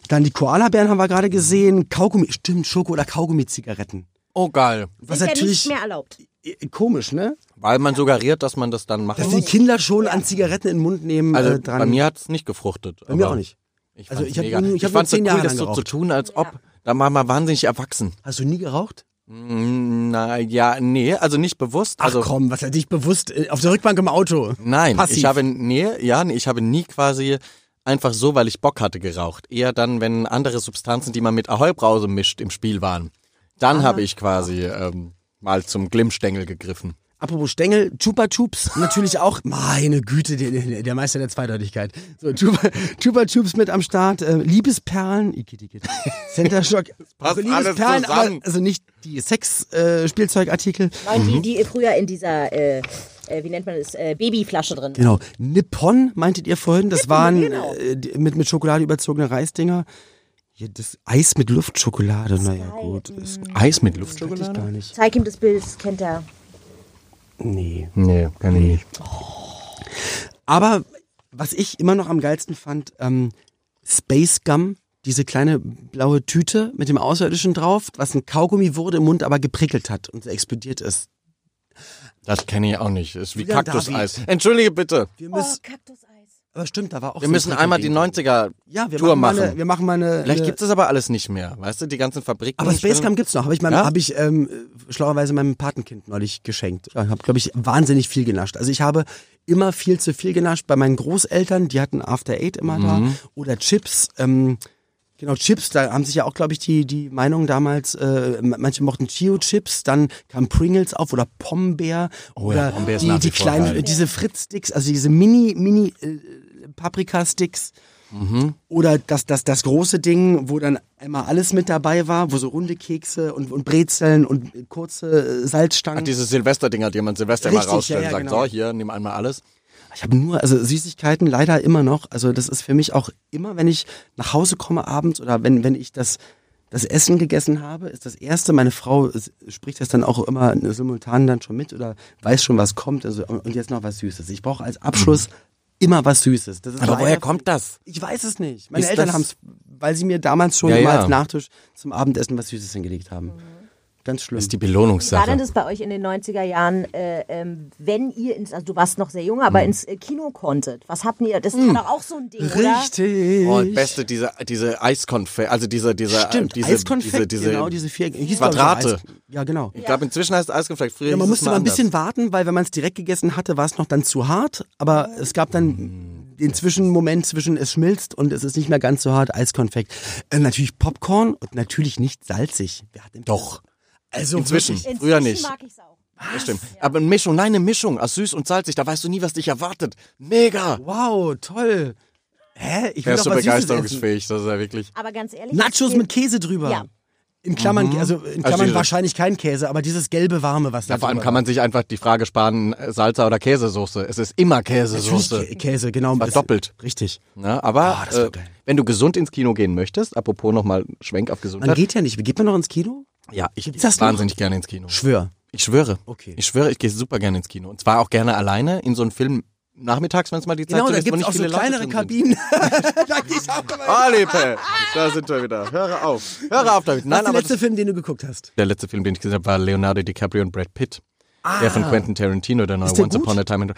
S4: Dann die Koalabären haben wir gerade gesehen. Kaugummi, stimmt, Schoko- oder Kaugummi-Zigaretten.
S5: Oh, geil.
S4: Was
S6: Ist ja
S4: natürlich
S6: nicht mehr erlaubt.
S4: äh, komisch, ne?
S5: Weil man suggeriert, dass man das dann macht.
S4: Dass die Kinder schon an Zigaretten in den Mund nehmen
S5: Also
S4: äh, dran.
S5: bei mir hat es nicht gefruchtet.
S4: bei mir auch nicht.
S5: Ich
S4: Also
S5: also
S4: ich
S5: ich
S4: hab
S5: mega.
S4: nur- ich
S5: Ich,
S4: hab nur
S5: fand's so
S4: zehn
S5: cool,
S4: Jahre
S5: das
S4: lang
S5: so zu
S4: geraucht.
S5: tun, als ob. Da war man wahnsinnig erwachsen.
S4: Hast du nie geraucht?
S5: Mm, Na ja, nee, also nicht bewusst. Also
S4: Ach komm, was hat dich bewusst äh, auf der Rückbank im Auto?
S5: nein,
S4: Passiv.
S5: ich habe nee, ja, nee, ich habe nie quasi einfach so, weil ich Bock hatte geraucht. Eher dann, wenn andere Substanzen, die man mit Ahoi-Brause mischt, im Spiel waren.
S4: Ah.
S5: Dann habe ich quasi ähm, mal zum Glimmstängel gegriffen.
S4: Apropos Stängel, Chupa Chups natürlich auch. Meine Güte, der, der der Meister der Zweideutigkeit. So, Chupa, Chupa Chups mit am Start. Äh, Liebesperlen, Ikit, Ikit. Center Shock.
S5: passt
S4: Also
S5: alles zusammen.
S4: aber, also nicht die Sex-Spielzeugartikel. Äh, Spielzeugartikel.
S6: Nein, die, die früher in dieser, äh, äh, wie nennt man das, äh, Babyflasche drin war.
S4: genau. Nippon, meintet ihr vorhin? Das waren
S6: genau.
S4: äh, die- mit, mit Schokolade überzogene Reisdinger. Ja, das Eis mit Luftschokolade, naja gut. Das
S5: Eis mit
S4: hatte ich
S5: Luftschokolade?
S4: gar nicht.
S6: Zeig ihm das Bild, das kennt er.
S4: Nee.
S5: Nee, kann ich nicht.
S4: Aber was ich immer noch am geilsten fand, ähm, Space Gum, diese kleine blaue Tüte mit dem Außerirdischen drauf, was ein Kaugummi wurde, im Mund aber geprickelt hat und explodiert ist.
S5: Das kenne ich auch nicht. Ist wie
S4: Julian
S5: Kaktuseis. Entschuldige bitte.
S4: Wir
S6: Oh,
S4: müssen,
S6: Kaktuseis.
S4: aber stimmt, da war auch
S5: Wir müssen einmal die 90er
S4: ja, wir
S5: Tour
S4: machen.
S5: machen.
S4: Mal eine, wir machen mal eine.
S5: Vielleicht
S4: eine,
S5: gibt es das aber alles nicht mehr. Weißt du, die ganzen Fabriken.
S4: aber Space
S5: stellen-
S4: Gum gibt's noch. Habe ich meinem,
S5: äh, Ja?
S4: habe ich ähm, schlauerweise meinem Patenkind neulich geschenkt. Ich habe, glaube ich, wahnsinnig viel genascht. Also ich habe immer viel zu viel genascht. Bei meinen Großeltern, die hatten After Eight immer
S5: Mhm.
S4: da oder Chips. Ähm, Genau, Chips, da haben sich ja auch, glaube ich, die, die Meinungen damals, äh, m- manche mochten Chio-Chips, dann kam Pringles auf oder Pombeer oder
S5: Oh ja, Pombeer ist
S4: die,
S5: nach
S4: die
S5: wie vor
S4: kleinen,
S5: geil.
S4: diese Fritz-Sticks, also diese Mini, Mini äh, Paprika-Sticks
S5: Mhm.
S4: oder das, das, das große Ding, wo dann einmal alles mit dabei war, wo so runde Kekse und, und Brezeln und kurze äh, Salzstangen.
S5: Ach, diese Silvesterdinger, die man Silvester
S4: Richtig,
S5: mal rausstellt
S4: ja, ja,
S5: und sagt,
S4: genau.
S5: so, hier, nimm einmal alles.
S4: Ich habe nur, also Süßigkeiten leider immer noch. Also das ist für mich auch immer, wenn ich nach Hause komme abends oder wenn, wenn ich das, das Essen gegessen habe, ist das Erste, meine Frau s- spricht das dann auch immer simultan dann schon mit oder weiß schon, was kommt. Also, und jetzt noch was Süßes. Ich brauche als Abschluss
S5: Mhm.
S4: immer was Süßes. Das ist leider-
S5: das?
S4: Ich weiß es nicht. Meine
S5: Ist
S4: Eltern
S5: das-
S4: haben es, weil sie mir damals schon
S5: Ja,
S4: immer
S5: ja.
S4: als Nachtisch zum Abendessen was Süßes hingelegt haben. Ganz schlimm.
S5: Ist die
S6: War denn
S5: Belohnungssache.
S6: das bei euch in den 90er Jahren, äh, ähm, wenn ihr ins, also du warst noch sehr jung, aber ins äh, Kino konntet? Was habt ihr? Das war doch auch so ein Ding, oder?
S4: Richtig.
S5: Oh, beste, diese, diese Eiskonfekt, also diese, diese,
S4: Stimmt,
S5: diese,
S4: Eiskonfekt,
S5: diese, diese,
S4: genau, diese vier hieß, glaub ich, auch
S5: Quadrate.
S4: Eis- Ja, genau.
S5: Ich glaube, inzwischen heißt es Eiskonfekt. Früher
S4: Ja, man
S5: hieß es
S4: musste mal ein
S5: anders.
S4: bisschen warten, weil wenn man es direkt gegessen hatte, war es noch dann zu hart. Aber es gab
S5: Mm.
S4: dann den Zwischenmoment zwischen es schmilzt und es ist nicht mehr ganz so hart, Eiskonfekt. Äh, natürlich Popcorn und natürlich nicht salzig. Wer hat denn
S5: Doch.
S4: Also
S5: Inzwischen.
S4: wirklich.
S5: Früher nicht.
S6: mag ich's auch.
S5: Das stimmt. Aber eine Mischung, nein, eine Mischung aus süß und salzig, da weißt du nie, was dich erwartet. Mega.
S4: Wow, toll. Hä? Ich
S5: Der
S4: will
S5: ist
S4: doch
S5: so
S4: was Süßes essen.
S5: begeisterungsfähig, das ist ja wirklich.
S6: Aber ganz ehrlich.
S4: Nachos
S6: es-
S4: mit Käse drüber.
S6: Ja.
S4: In Klammern, also in Klammern
S5: diese-
S4: wahrscheinlich kein Käse, aber dieses gelbe warme, was Also da
S5: Mhm. Ja, vor allem
S4: drüber
S5: kann man sich einfach die Frage sparen, äh, Salsa oder Käsesoße. Es ist immer
S4: Natürlich
S5: Käsesoße.
S4: Kä- Käse, genau.
S5: war
S4: Das-
S5: doppelt.
S4: Richtig.
S5: Ne? Aber
S4: Ah, das war
S5: äh,
S4: geil.
S5: wenn du gesund ins Kino gehen möchtest, apropos nochmal Schwenk auf
S4: Man
S5: Gesundheit.
S4: geht ja nicht. Geht man noch ins Kino?
S5: ja, ich
S4: Gibt's das
S5: gehe
S4: noch?
S5: wahnsinnig gerne ins Kino.
S4: Schwör.
S5: Ich schwöre.
S4: Okay.
S5: Ich schwöre, ich gehe super gerne ins Kino. Und zwar auch gerne alleine in so einen Film nachmittags, wenn es mal die Zeit
S4: Genau,
S5: so
S4: da
S5: ist, wo
S4: gibt's
S5: nicht
S4: auch so
S5: viele
S4: kleinere
S5: Leute drin sind.
S4: Kabinen. da geh ich auch dabei.
S5: Ah, Lepe, da sind wir wieder. Höre auf. Höre auf damit.
S4: Was
S5: Nein,
S4: ist der
S5: aber
S4: letzte Film, den du geguckt hast?
S5: das- der letzte Film, den ich gesehen habe, war Leonardo DiCaprio und Brad Pitt. Der von Quentin Tarantino, der neue
S4: Ist Ah. der
S5: Once
S4: gut?
S5: Upon a Time in...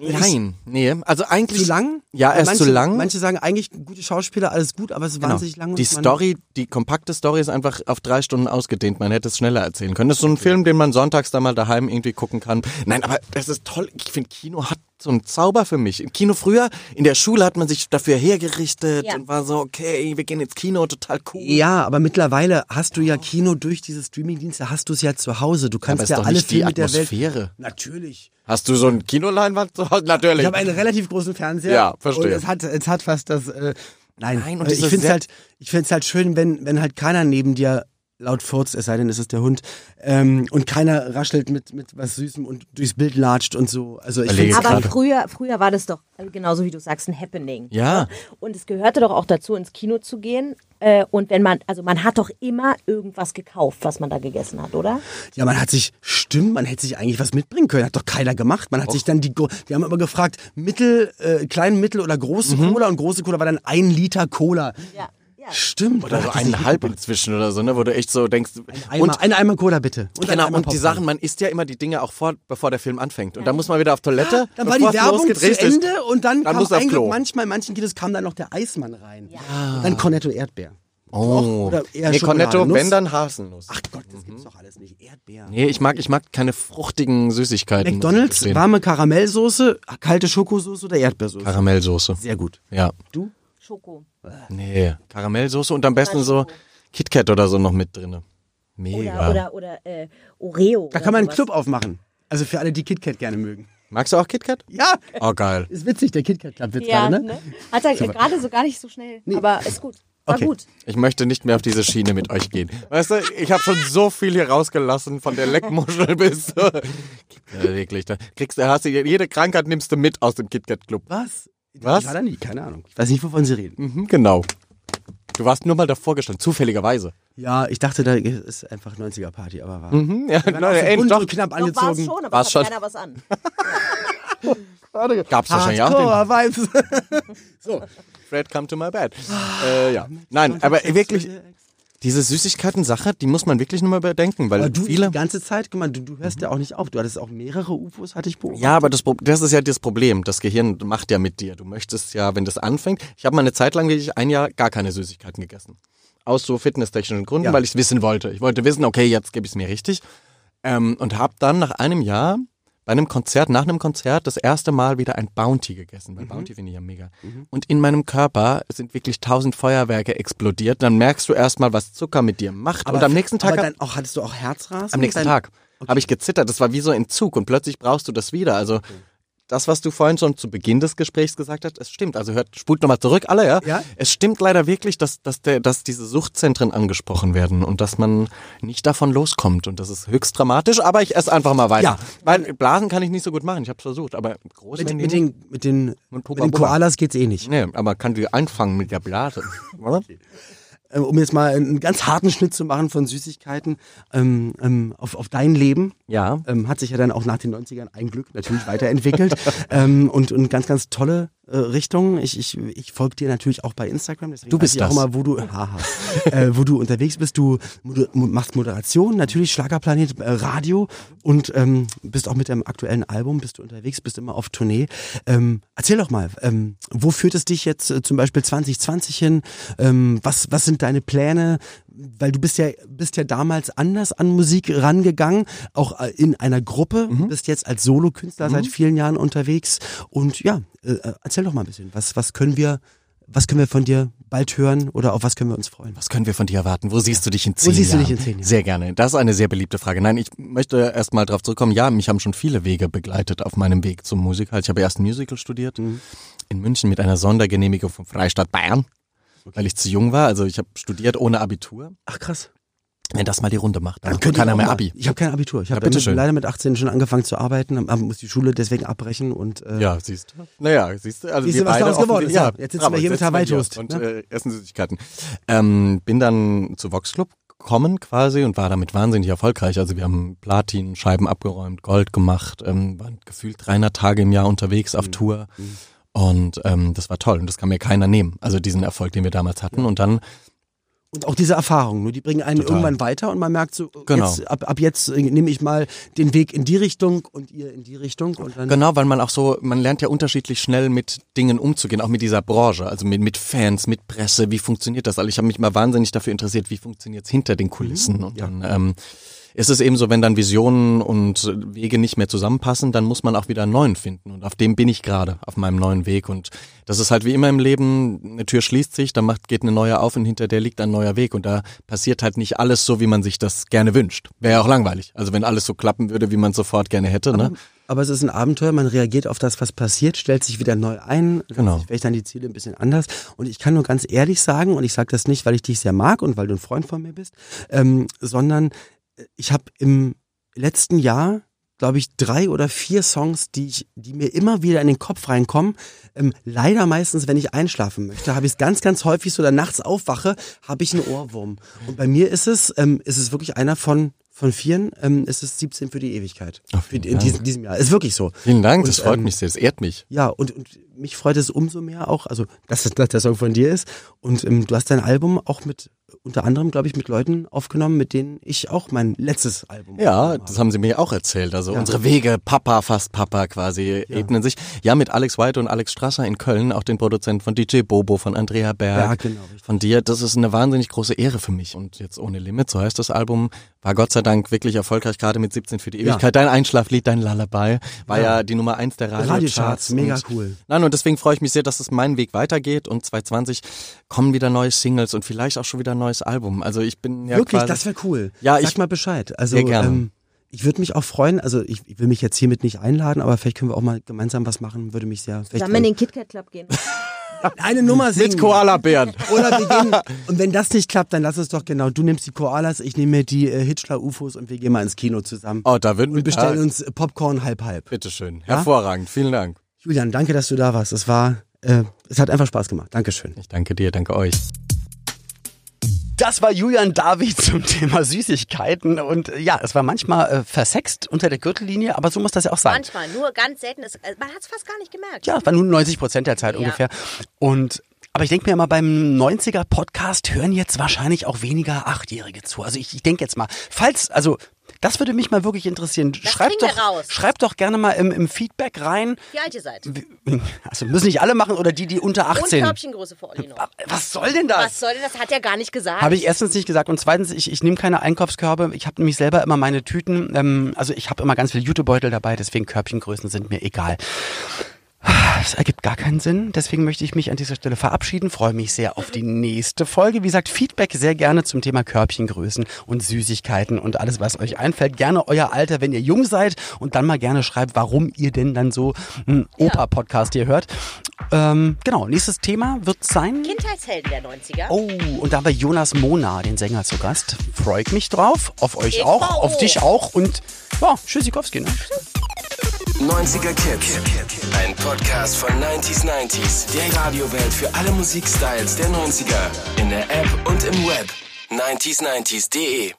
S5: Nein, nee. Also eigentlich...
S4: Zu lang?
S5: Ja, er
S4: manche,
S5: ist zu lang. Genau.
S4: Manche sagen eigentlich gute Schauspieler, alles gut, aber es ist wahnsinnig lang. und
S5: Die
S4: man-
S5: Story, die kompakte Story ist einfach auf drei Stunden ausgedehnt. Man hätte es schneller erzählen können. Das ist so ein Film, den man sonntags da mal daheim irgendwie gucken kann. Nein, aber das ist toll. Ich finde, Kino hat so einen Zauber für mich. Im Kino früher, in der Schule hat man sich dafür hergerichtet
S6: Ja.
S5: und war so, okay, wir gehen ins Kino, total cool.
S4: Ja, aber mittlerweile hast du ja Kino durch diese Streamingdienste, hast du es ja zu Hause. Du
S5: aber
S4: kannst
S5: ist
S4: ja
S5: doch
S4: alle
S5: nicht die
S4: Filme der Welt.
S5: Atmosphäre.
S4: Natürlich.
S5: Hast du so einen Kinoleinwand zu Hause? Natürlich.
S4: Ich habe einen relativ großen Fernseher.
S5: Ja, verstehe.
S4: Und es hat, es hat fast das. Äh, nein,
S5: Nein, und
S4: und ich
S5: diese
S4: finde es
S5: sehr-
S4: halt, ich find's halt schön, wenn, wenn halt keiner neben dir laut furzt, es sei denn, es ist der Hund, ähm, und keiner raschelt mit, mit was Süßem und durchs Bild latscht und so. Also ich
S5: Überlege
S4: find's-
S6: Aber
S5: gerade.
S6: früher, früher war das doch, also genauso wie du sagst, ein Happening.
S5: ja.
S6: Und es gehörte doch auch dazu, ins Kino zu gehen. Äh, Und wenn man, also man hat doch immer irgendwas gekauft, was man da gegessen hat, oder?
S4: Ja, man hat sich, stimmt, man hätte sich eigentlich was mitbringen können. Hat doch keiner gemacht. Man hat sich dann die, Go- die haben immer gefragt, Mittel, äh, klein, mittel oder große
S5: Mhm.
S4: Cola. Und große Cola war dann ein Liter Cola.
S6: Ja, ja.
S4: Stimmt.
S5: Oder
S4: man
S5: so
S4: hat sich-
S5: eineinhalb inzwischen oder so, ne, wo du echt so denkst.
S4: Einmal, und, ein Eimer Cola bitte. Und
S5: Genau,
S4: ein Eimer
S5: und die
S4: Popcorn.
S5: Sachen, man isst ja immer die Dinge auch vor, bevor der Film anfängt. Und dann muss man wieder auf Toilette.
S4: Dann war die
S5: bevor es
S4: Werbung zu
S5: losgedreht ist.
S4: Ende und dann,
S5: dann
S4: kam
S5: muss er auf
S4: ein
S5: Klo.
S4: Glück, manchmal in manchen Kinos kam dann noch der Eismann rein. Und dann Cornetto Erdbeer.
S5: Oh.
S4: Oder eher Schokolade,
S5: nee, Cornetto,
S4: Nuss.
S5: wenn dann Haselnuss.
S4: Ach Gott, das gibt's doch alles nicht. Erdbeer.
S5: Nee, ich mag, ich mag keine fruchtigen Süßigkeiten. muss ich
S4: McDonalds,
S5: gestehen.
S4: warme Karamellsoße, kalte Schokosoße oder Erdbeersoße?
S5: Ah, Karamellsoße.
S4: Sehr gut.
S5: Ja.
S6: Schoko.
S5: Nee, Karamellsoße und am besten so KitKat oder so noch mit drinne.
S6: Oder,
S5: Mega.
S6: oder, oder äh, Oreo.
S4: Da
S6: oder
S4: kann man einen
S6: sowas.
S4: Club aufmachen. Also für alle, die KitKat gerne mögen.
S5: Magst du auch KitKat?
S4: Ja,
S5: Oh, geil.
S4: ist witzig, der KitKat Club wird
S6: Ja,
S4: gerade, ne?
S6: ne? Hat er gerade so gar nicht so schnell. Aber ist gut. War
S4: Okay.
S6: gut.
S5: Ich möchte nicht mehr auf diese Schiene mit euch gehen. Weißt du, ich habe schon so viel hier rausgelassen, von der Leckmuschel bis zur... Ja, wirklich, da kriegst du, hast du, jede Krankheit nimmst du mit aus dem KitKat-Club.
S4: Was?
S5: Was?
S4: War da nie, keine Ahnung. Ich weiß nicht, wovon Sie reden.
S5: Mhm, genau. Du warst nur mal davor gestanden, zufälligerweise.
S4: Ja, ich dachte, da ist einfach 90er-Party, aber war.
S5: Mhm, ja,
S4: Wir waren auch so
S5: nein,
S4: bunt
S5: ey, doch,
S4: und knapp
S6: Doch war es
S4: angezogen.
S6: schon, aber
S5: War's
S6: es
S5: schon.
S6: hat keiner was an.
S5: gab's wahrscheinlich auch. Den
S4: Hardcore Vibes.
S5: Fred, come to my bed. äh,
S4: Ah,
S5: ja. Nein, aber wirklich, diese Süßigkeiten-Sache, die muss man wirklich nochmal überdenken, weil
S4: Aber du
S5: viele...
S4: die ganze Zeit, guck mal, du, du hörst ja auch nicht auf. Du hattest auch mehrere UFOs, hatte ich beobachtet.
S5: Ja, aber das, Pro- das ist ja das Problem. Das Gehirn macht ja mit dir. Du möchtest ja, wenn das anfängt. Ich habe mal eine Zeit lang wirklich ein Jahr gar keine Süßigkeiten gegessen. Aus so fitnesstechnischen Gründen,
S4: Ja.
S5: weil ich es wissen wollte. Ich wollte wissen, okay, jetzt gebe ich es mir richtig. Ähm, und habe dann nach einem Jahr bei einem Konzert, nach einem Konzert, das erste Mal wieder ein Bounty gegessen.
S4: Mhm.
S5: Weil Bounty finde ich ja mega. Und in meinem Körper sind wirklich tausend Feuerwerke explodiert. Dann merkst du erstmal, was Zucker mit dir macht. und am nächsten Tag
S4: aber
S5: hab-
S4: dann auch, hattest du auch Herzrasen?
S5: am nächsten
S4: Hm, Dann-
S5: Tag habe ich gezittert. Das war wie so Entzug und plötzlich brauchst du das wieder. Also das, was du vorhin schon zu Beginn des Gesprächs gesagt hast, es stimmt. Also hört, spult nochmal zurück, alle, ja?
S4: Ja.
S5: Es stimmt leider wirklich, dass, dass, der, dass diese Suchtzentren angesprochen werden und dass man nicht davon loskommt. Und das ist höchst dramatisch, aber ich esse einfach mal weiter.
S4: Ja.
S5: Weil Blasen kann ich nicht so gut machen. Ich habe es versucht, aber groß
S4: Mit, mit den, mit den,
S5: Und
S4: mit
S5: Huba
S4: den
S5: Buba.
S4: Koalas geht's eh nicht.
S5: Nee, aber kann die einfangen mit der Blase. oder?
S4: Ähm, Um jetzt mal einen ganz harten Schnitt zu machen von Süßigkeiten ähm, ähm, auf, auf dein Leben.
S5: Ja.
S4: ähm, hat sich ja dann auch nach den 90ern ein Glück natürlich weiterentwickelt ähm, und, und ganz, ganz tolle äh, Richtungen. Ich, ich, ich folge dir natürlich auch bei Instagram. Deswegen
S5: Du bist
S4: weiß ich auch
S5: das.
S4: mal, wo du, haha, äh, wo du unterwegs bist. Du moder mo- machst Moderation, natürlich Schlagerplanet, äh, Radio und ähm, bist auch mit deinem aktuellen Album, bist du unterwegs, bist immer auf Tournee. Ähm, erzähl doch mal, ähm, wo führt es dich jetzt äh, zum Beispiel 2020 hin? Ähm, was, was sind deine Pläne? Weil du bist ja, bist ja damals anders an Musik rangegangen, auch äh, in einer Gruppe,
S5: Mhm.
S4: bist jetzt als Solokünstler seit vielen Jahren unterwegs. Und ja, äh, äh, erzähl doch mal ein bisschen, was, was können wir, was können wir von dir bald hören oder auf was können wir uns freuen?
S5: Was können wir von dir erwarten? Wo siehst du dich in zehn Jahren?
S4: siehst du dich in zehn Jahren?
S5: Sehr gerne. Das ist eine sehr beliebte Frage. Nein, ich möchte erst mal darauf zurückkommen. Ja, mich haben schon viele Wege begleitet auf meinem Weg zum Musiker. Ich habe erst Musical studiert
S4: Mhm.
S5: in München mit einer Sondergenehmigung vom Freistaat Bayern, weil ich zu jung war. Also ich habe studiert ohne Abitur.
S4: Ach krass.
S5: Wenn das mal die Runde macht, dann,
S4: Könnte
S5: macht keiner
S4: ich auch
S5: mehr
S4: mal.
S5: Abi.
S4: Ich habe kein Abitur. Ich habe
S5: bitte
S4: mit-
S5: schön.
S4: leider mit 18 schon angefangen zu arbeiten, am Abend muss die Schule deswegen abbrechen und äh,
S5: Ja, siehst du. Naja, siehst du. Also
S4: Siehst
S5: wir
S4: du, was
S5: beide
S4: daraus geworden
S5: offensichtlich-
S4: ist, ja. Jetzt sitzen wir hier mit
S5: jetzt sitzen hier
S4: Hawaii-Toast,
S5: Und
S4: ne?
S5: äh, essen Süßigkeiten. Ähm, bin dann zu Vox Club gekommen quasi und war damit wahnsinnig erfolgreich. Also wir haben Platin-Scheiben abgeräumt, Gold gemacht, ähm, waren gefühlt 300 Tage im Jahr unterwegs
S4: Mhm.
S5: auf Tour. Und ähm, das war toll und das kann mir keiner nehmen. Also diesen Erfolg, den wir damals hatten. Und dann
S4: Und auch diese Erfahrungen, nur die bringen einen
S5: Total.
S4: irgendwann weiter und man merkt so, oh,
S5: Genau.
S4: jetzt, ab, ab jetzt äh, nehme ich mal den Weg in die Richtung und ihr in die Richtung und dann
S5: Genau, weil man auch so, man lernt ja unterschiedlich schnell mit Dingen umzugehen, auch mit dieser Branche, also mit, mit Fans, mit Presse, wie funktioniert das? Also ich habe mich mal wahnsinnig dafür interessiert, wie funktioniert's hinter den
S4: Mhm,
S5: Kulissen und dann ähm, ist es eben so, wenn dann Visionen und äh, Wege nicht mehr zusammenpassen, dann muss man auch wieder einen neuen finden und auf dem bin ich gerade, auf meinem neuen Weg und das ist halt wie immer im Leben, eine Tür schließt sich, dann macht, geht eine neue auf und hinter der liegt ein neuer Weg und da passiert halt nicht alles so, wie man sich das gerne wünscht. Wäre ja auch langweilig, also wenn alles so klappen würde, wie man sofort gerne hätte, ne?
S4: Aber es ist ein Abenteuer, man reagiert auf das, was passiert, stellt sich wieder neu ein, setzt
S5: Genau.
S4: sich vielleicht dann die Ziele ein bisschen anders. Und ich kann nur ganz ehrlich sagen, und ich sage das nicht, weil ich dich sehr mag und weil du ein Freund von mir bist, ähm, sondern äh, ich habe im letzten Jahr, glaube ich, drei oder vier Songs, die, ich, die mir immer wieder in den Kopf reinkommen. Ähm, leider meistens, wenn ich einschlafen möchte, habe ich es ganz, ganz häufig so, oder nachts aufwache, habe ich einen Ohrwurm. Und bei mir ist es, ähm, ist es wirklich einer von von vieren, ähm, ist es 17 für die Ewigkeit. Für,
S5: vielen
S4: in
S5: Dank.
S4: diesem, diesem Jahr. Ist wirklich so.
S5: Vielen Dank,
S4: Und,
S5: das freut
S4: ähm,
S5: mich sehr, das ehrt mich.
S4: Ja, und, und mich freut es umso mehr auch, also dass, das- dass der Song von dir ist. Und ähm, du hast dein Album auch mit, unter anderem, glaube ich, mit Leuten aufgenommen, mit denen ich auch mein letztes Album
S5: Ja,
S4: aufgenommen
S5: das haben sie mir auch erzählt. Also unsere Wege, Papa, fast Papa quasi, ebnen sich. Ja, mit Alex White und Alex Strasser in Köln, auch den Produzenten von DJ Bobo, von Andrea Berg,
S4: Ja, genau, richtig.
S5: von dir. Das ist eine wahnsinnig große Ehre für mich. Und jetzt ohne Limit, so heißt das Album, war Gott sei Dank wirklich erfolgreich, gerade mit 17 für die
S4: Ja.
S5: Ewigkeit. Dein Einschlaflied, dein Lullaby, war ja, die Nummer eins der Radio
S4: Radiocharts, mega
S5: und-
S4: cool.
S5: Nein, und deswegen freue ich mich sehr, dass es meinen Weg weitergeht und 2020 kommen wieder neue Singles und vielleicht auch schon wieder ein neues Album. Also ich bin ja
S4: Wirklich,
S5: quasi,
S4: das wäre cool.
S5: Ja,
S4: Sag
S5: ich-
S4: mal Bescheid. Also,
S5: Sehr gerne.
S4: Ähm, ich würde mich auch freuen, also ich, ich will mich jetzt hiermit nicht einladen, aber vielleicht können wir auch mal gemeinsam was machen, würde mich sehr... vielleicht-
S6: Zusammen in den KitKat Club gehen.
S4: Eine Nummer singen.
S5: mit Koala-Bären.
S4: Oder wir gehen, und wenn das nicht klappt, dann lass es doch genau. Du nimmst die Koalas, ich nehme mir die äh, Hitchler-Ufos und wir gehen mal ins Kino zusammen.
S5: Oh, da würden wir
S4: und bestellen
S5: da-
S4: uns äh, Popcorn halb-halb.
S5: Bitteschön. Hervorragend. Vielen Dank.
S4: Julian, danke, dass du da warst. Es war, äh, es hat einfach Spaß gemacht. Dankeschön.
S5: Ich danke dir, danke euch.
S2: Das war Julian David zum Thema Süßigkeiten. Und äh, ja, es war manchmal äh, versext unter der Gürtellinie, aber so muss das ja auch sein.
S6: Manchmal, nur ganz selten. Ist,
S3: äh,
S6: also man hat es fast gar nicht gemerkt.
S2: ja, es waren nur 90 Prozent der Zeit
S6: Ja.
S2: ungefähr. Und aber ich denke mir immer, beim 90er-Podcast hören jetzt wahrscheinlich auch weniger Achtjährige zu. Also ich, ich denke jetzt mal, falls, also das würde mich mal wirklich interessieren. schreibt,
S6: kriegen
S2: doch,
S6: wir raus.
S2: schreibt doch gerne mal im, im Feedback rein.
S6: Wie alt ihr seid. Und
S2: Also müssen nicht alle machen oder die, die unter 18.
S6: Körbchengröße für Olli noch.
S2: Was soll denn das?
S6: Was soll denn das? Hat er gar nicht gesagt.
S2: Habe ich erstens nicht gesagt und zweitens, ich, ich nehme keine Einkaufskörbe. Ich habe nämlich selber immer meine Tüten. Ähm, also ich habe immer ganz viele Jutebeutel dabei, deswegen Körbchengrößen sind mir egal. Das ergibt gar keinen Sinn. Deswegen möchte ich mich an dieser Stelle verabschieden. Freue mich sehr auf die nächste Folge. Wie gesagt, Feedback sehr gerne zum Thema Körbchengrößen und Süßigkeiten und alles, was euch einfällt. Gerne euer Alter, wenn ihr jung seid und dann mal gerne schreibt, warum ihr denn dann so einen Opa-Podcast hier hört. Ähm, genau, nächstes Thema wird sein.
S6: Kindheitshelden der 90er.
S2: Oh, und da haben wir Jonas Mona, den Sänger, zu Gast. Freut mich drauf. Auf euch
S6: Ich
S2: auch,
S6: auch.
S2: auf dich auch. Und ja, Tschüssikowski, ne?
S1: 90er Kids. Ein Podcast von 90s 90s. Der Radiowelt für alle Musikstyles der 90er. In der App und im Web. 90s90s.de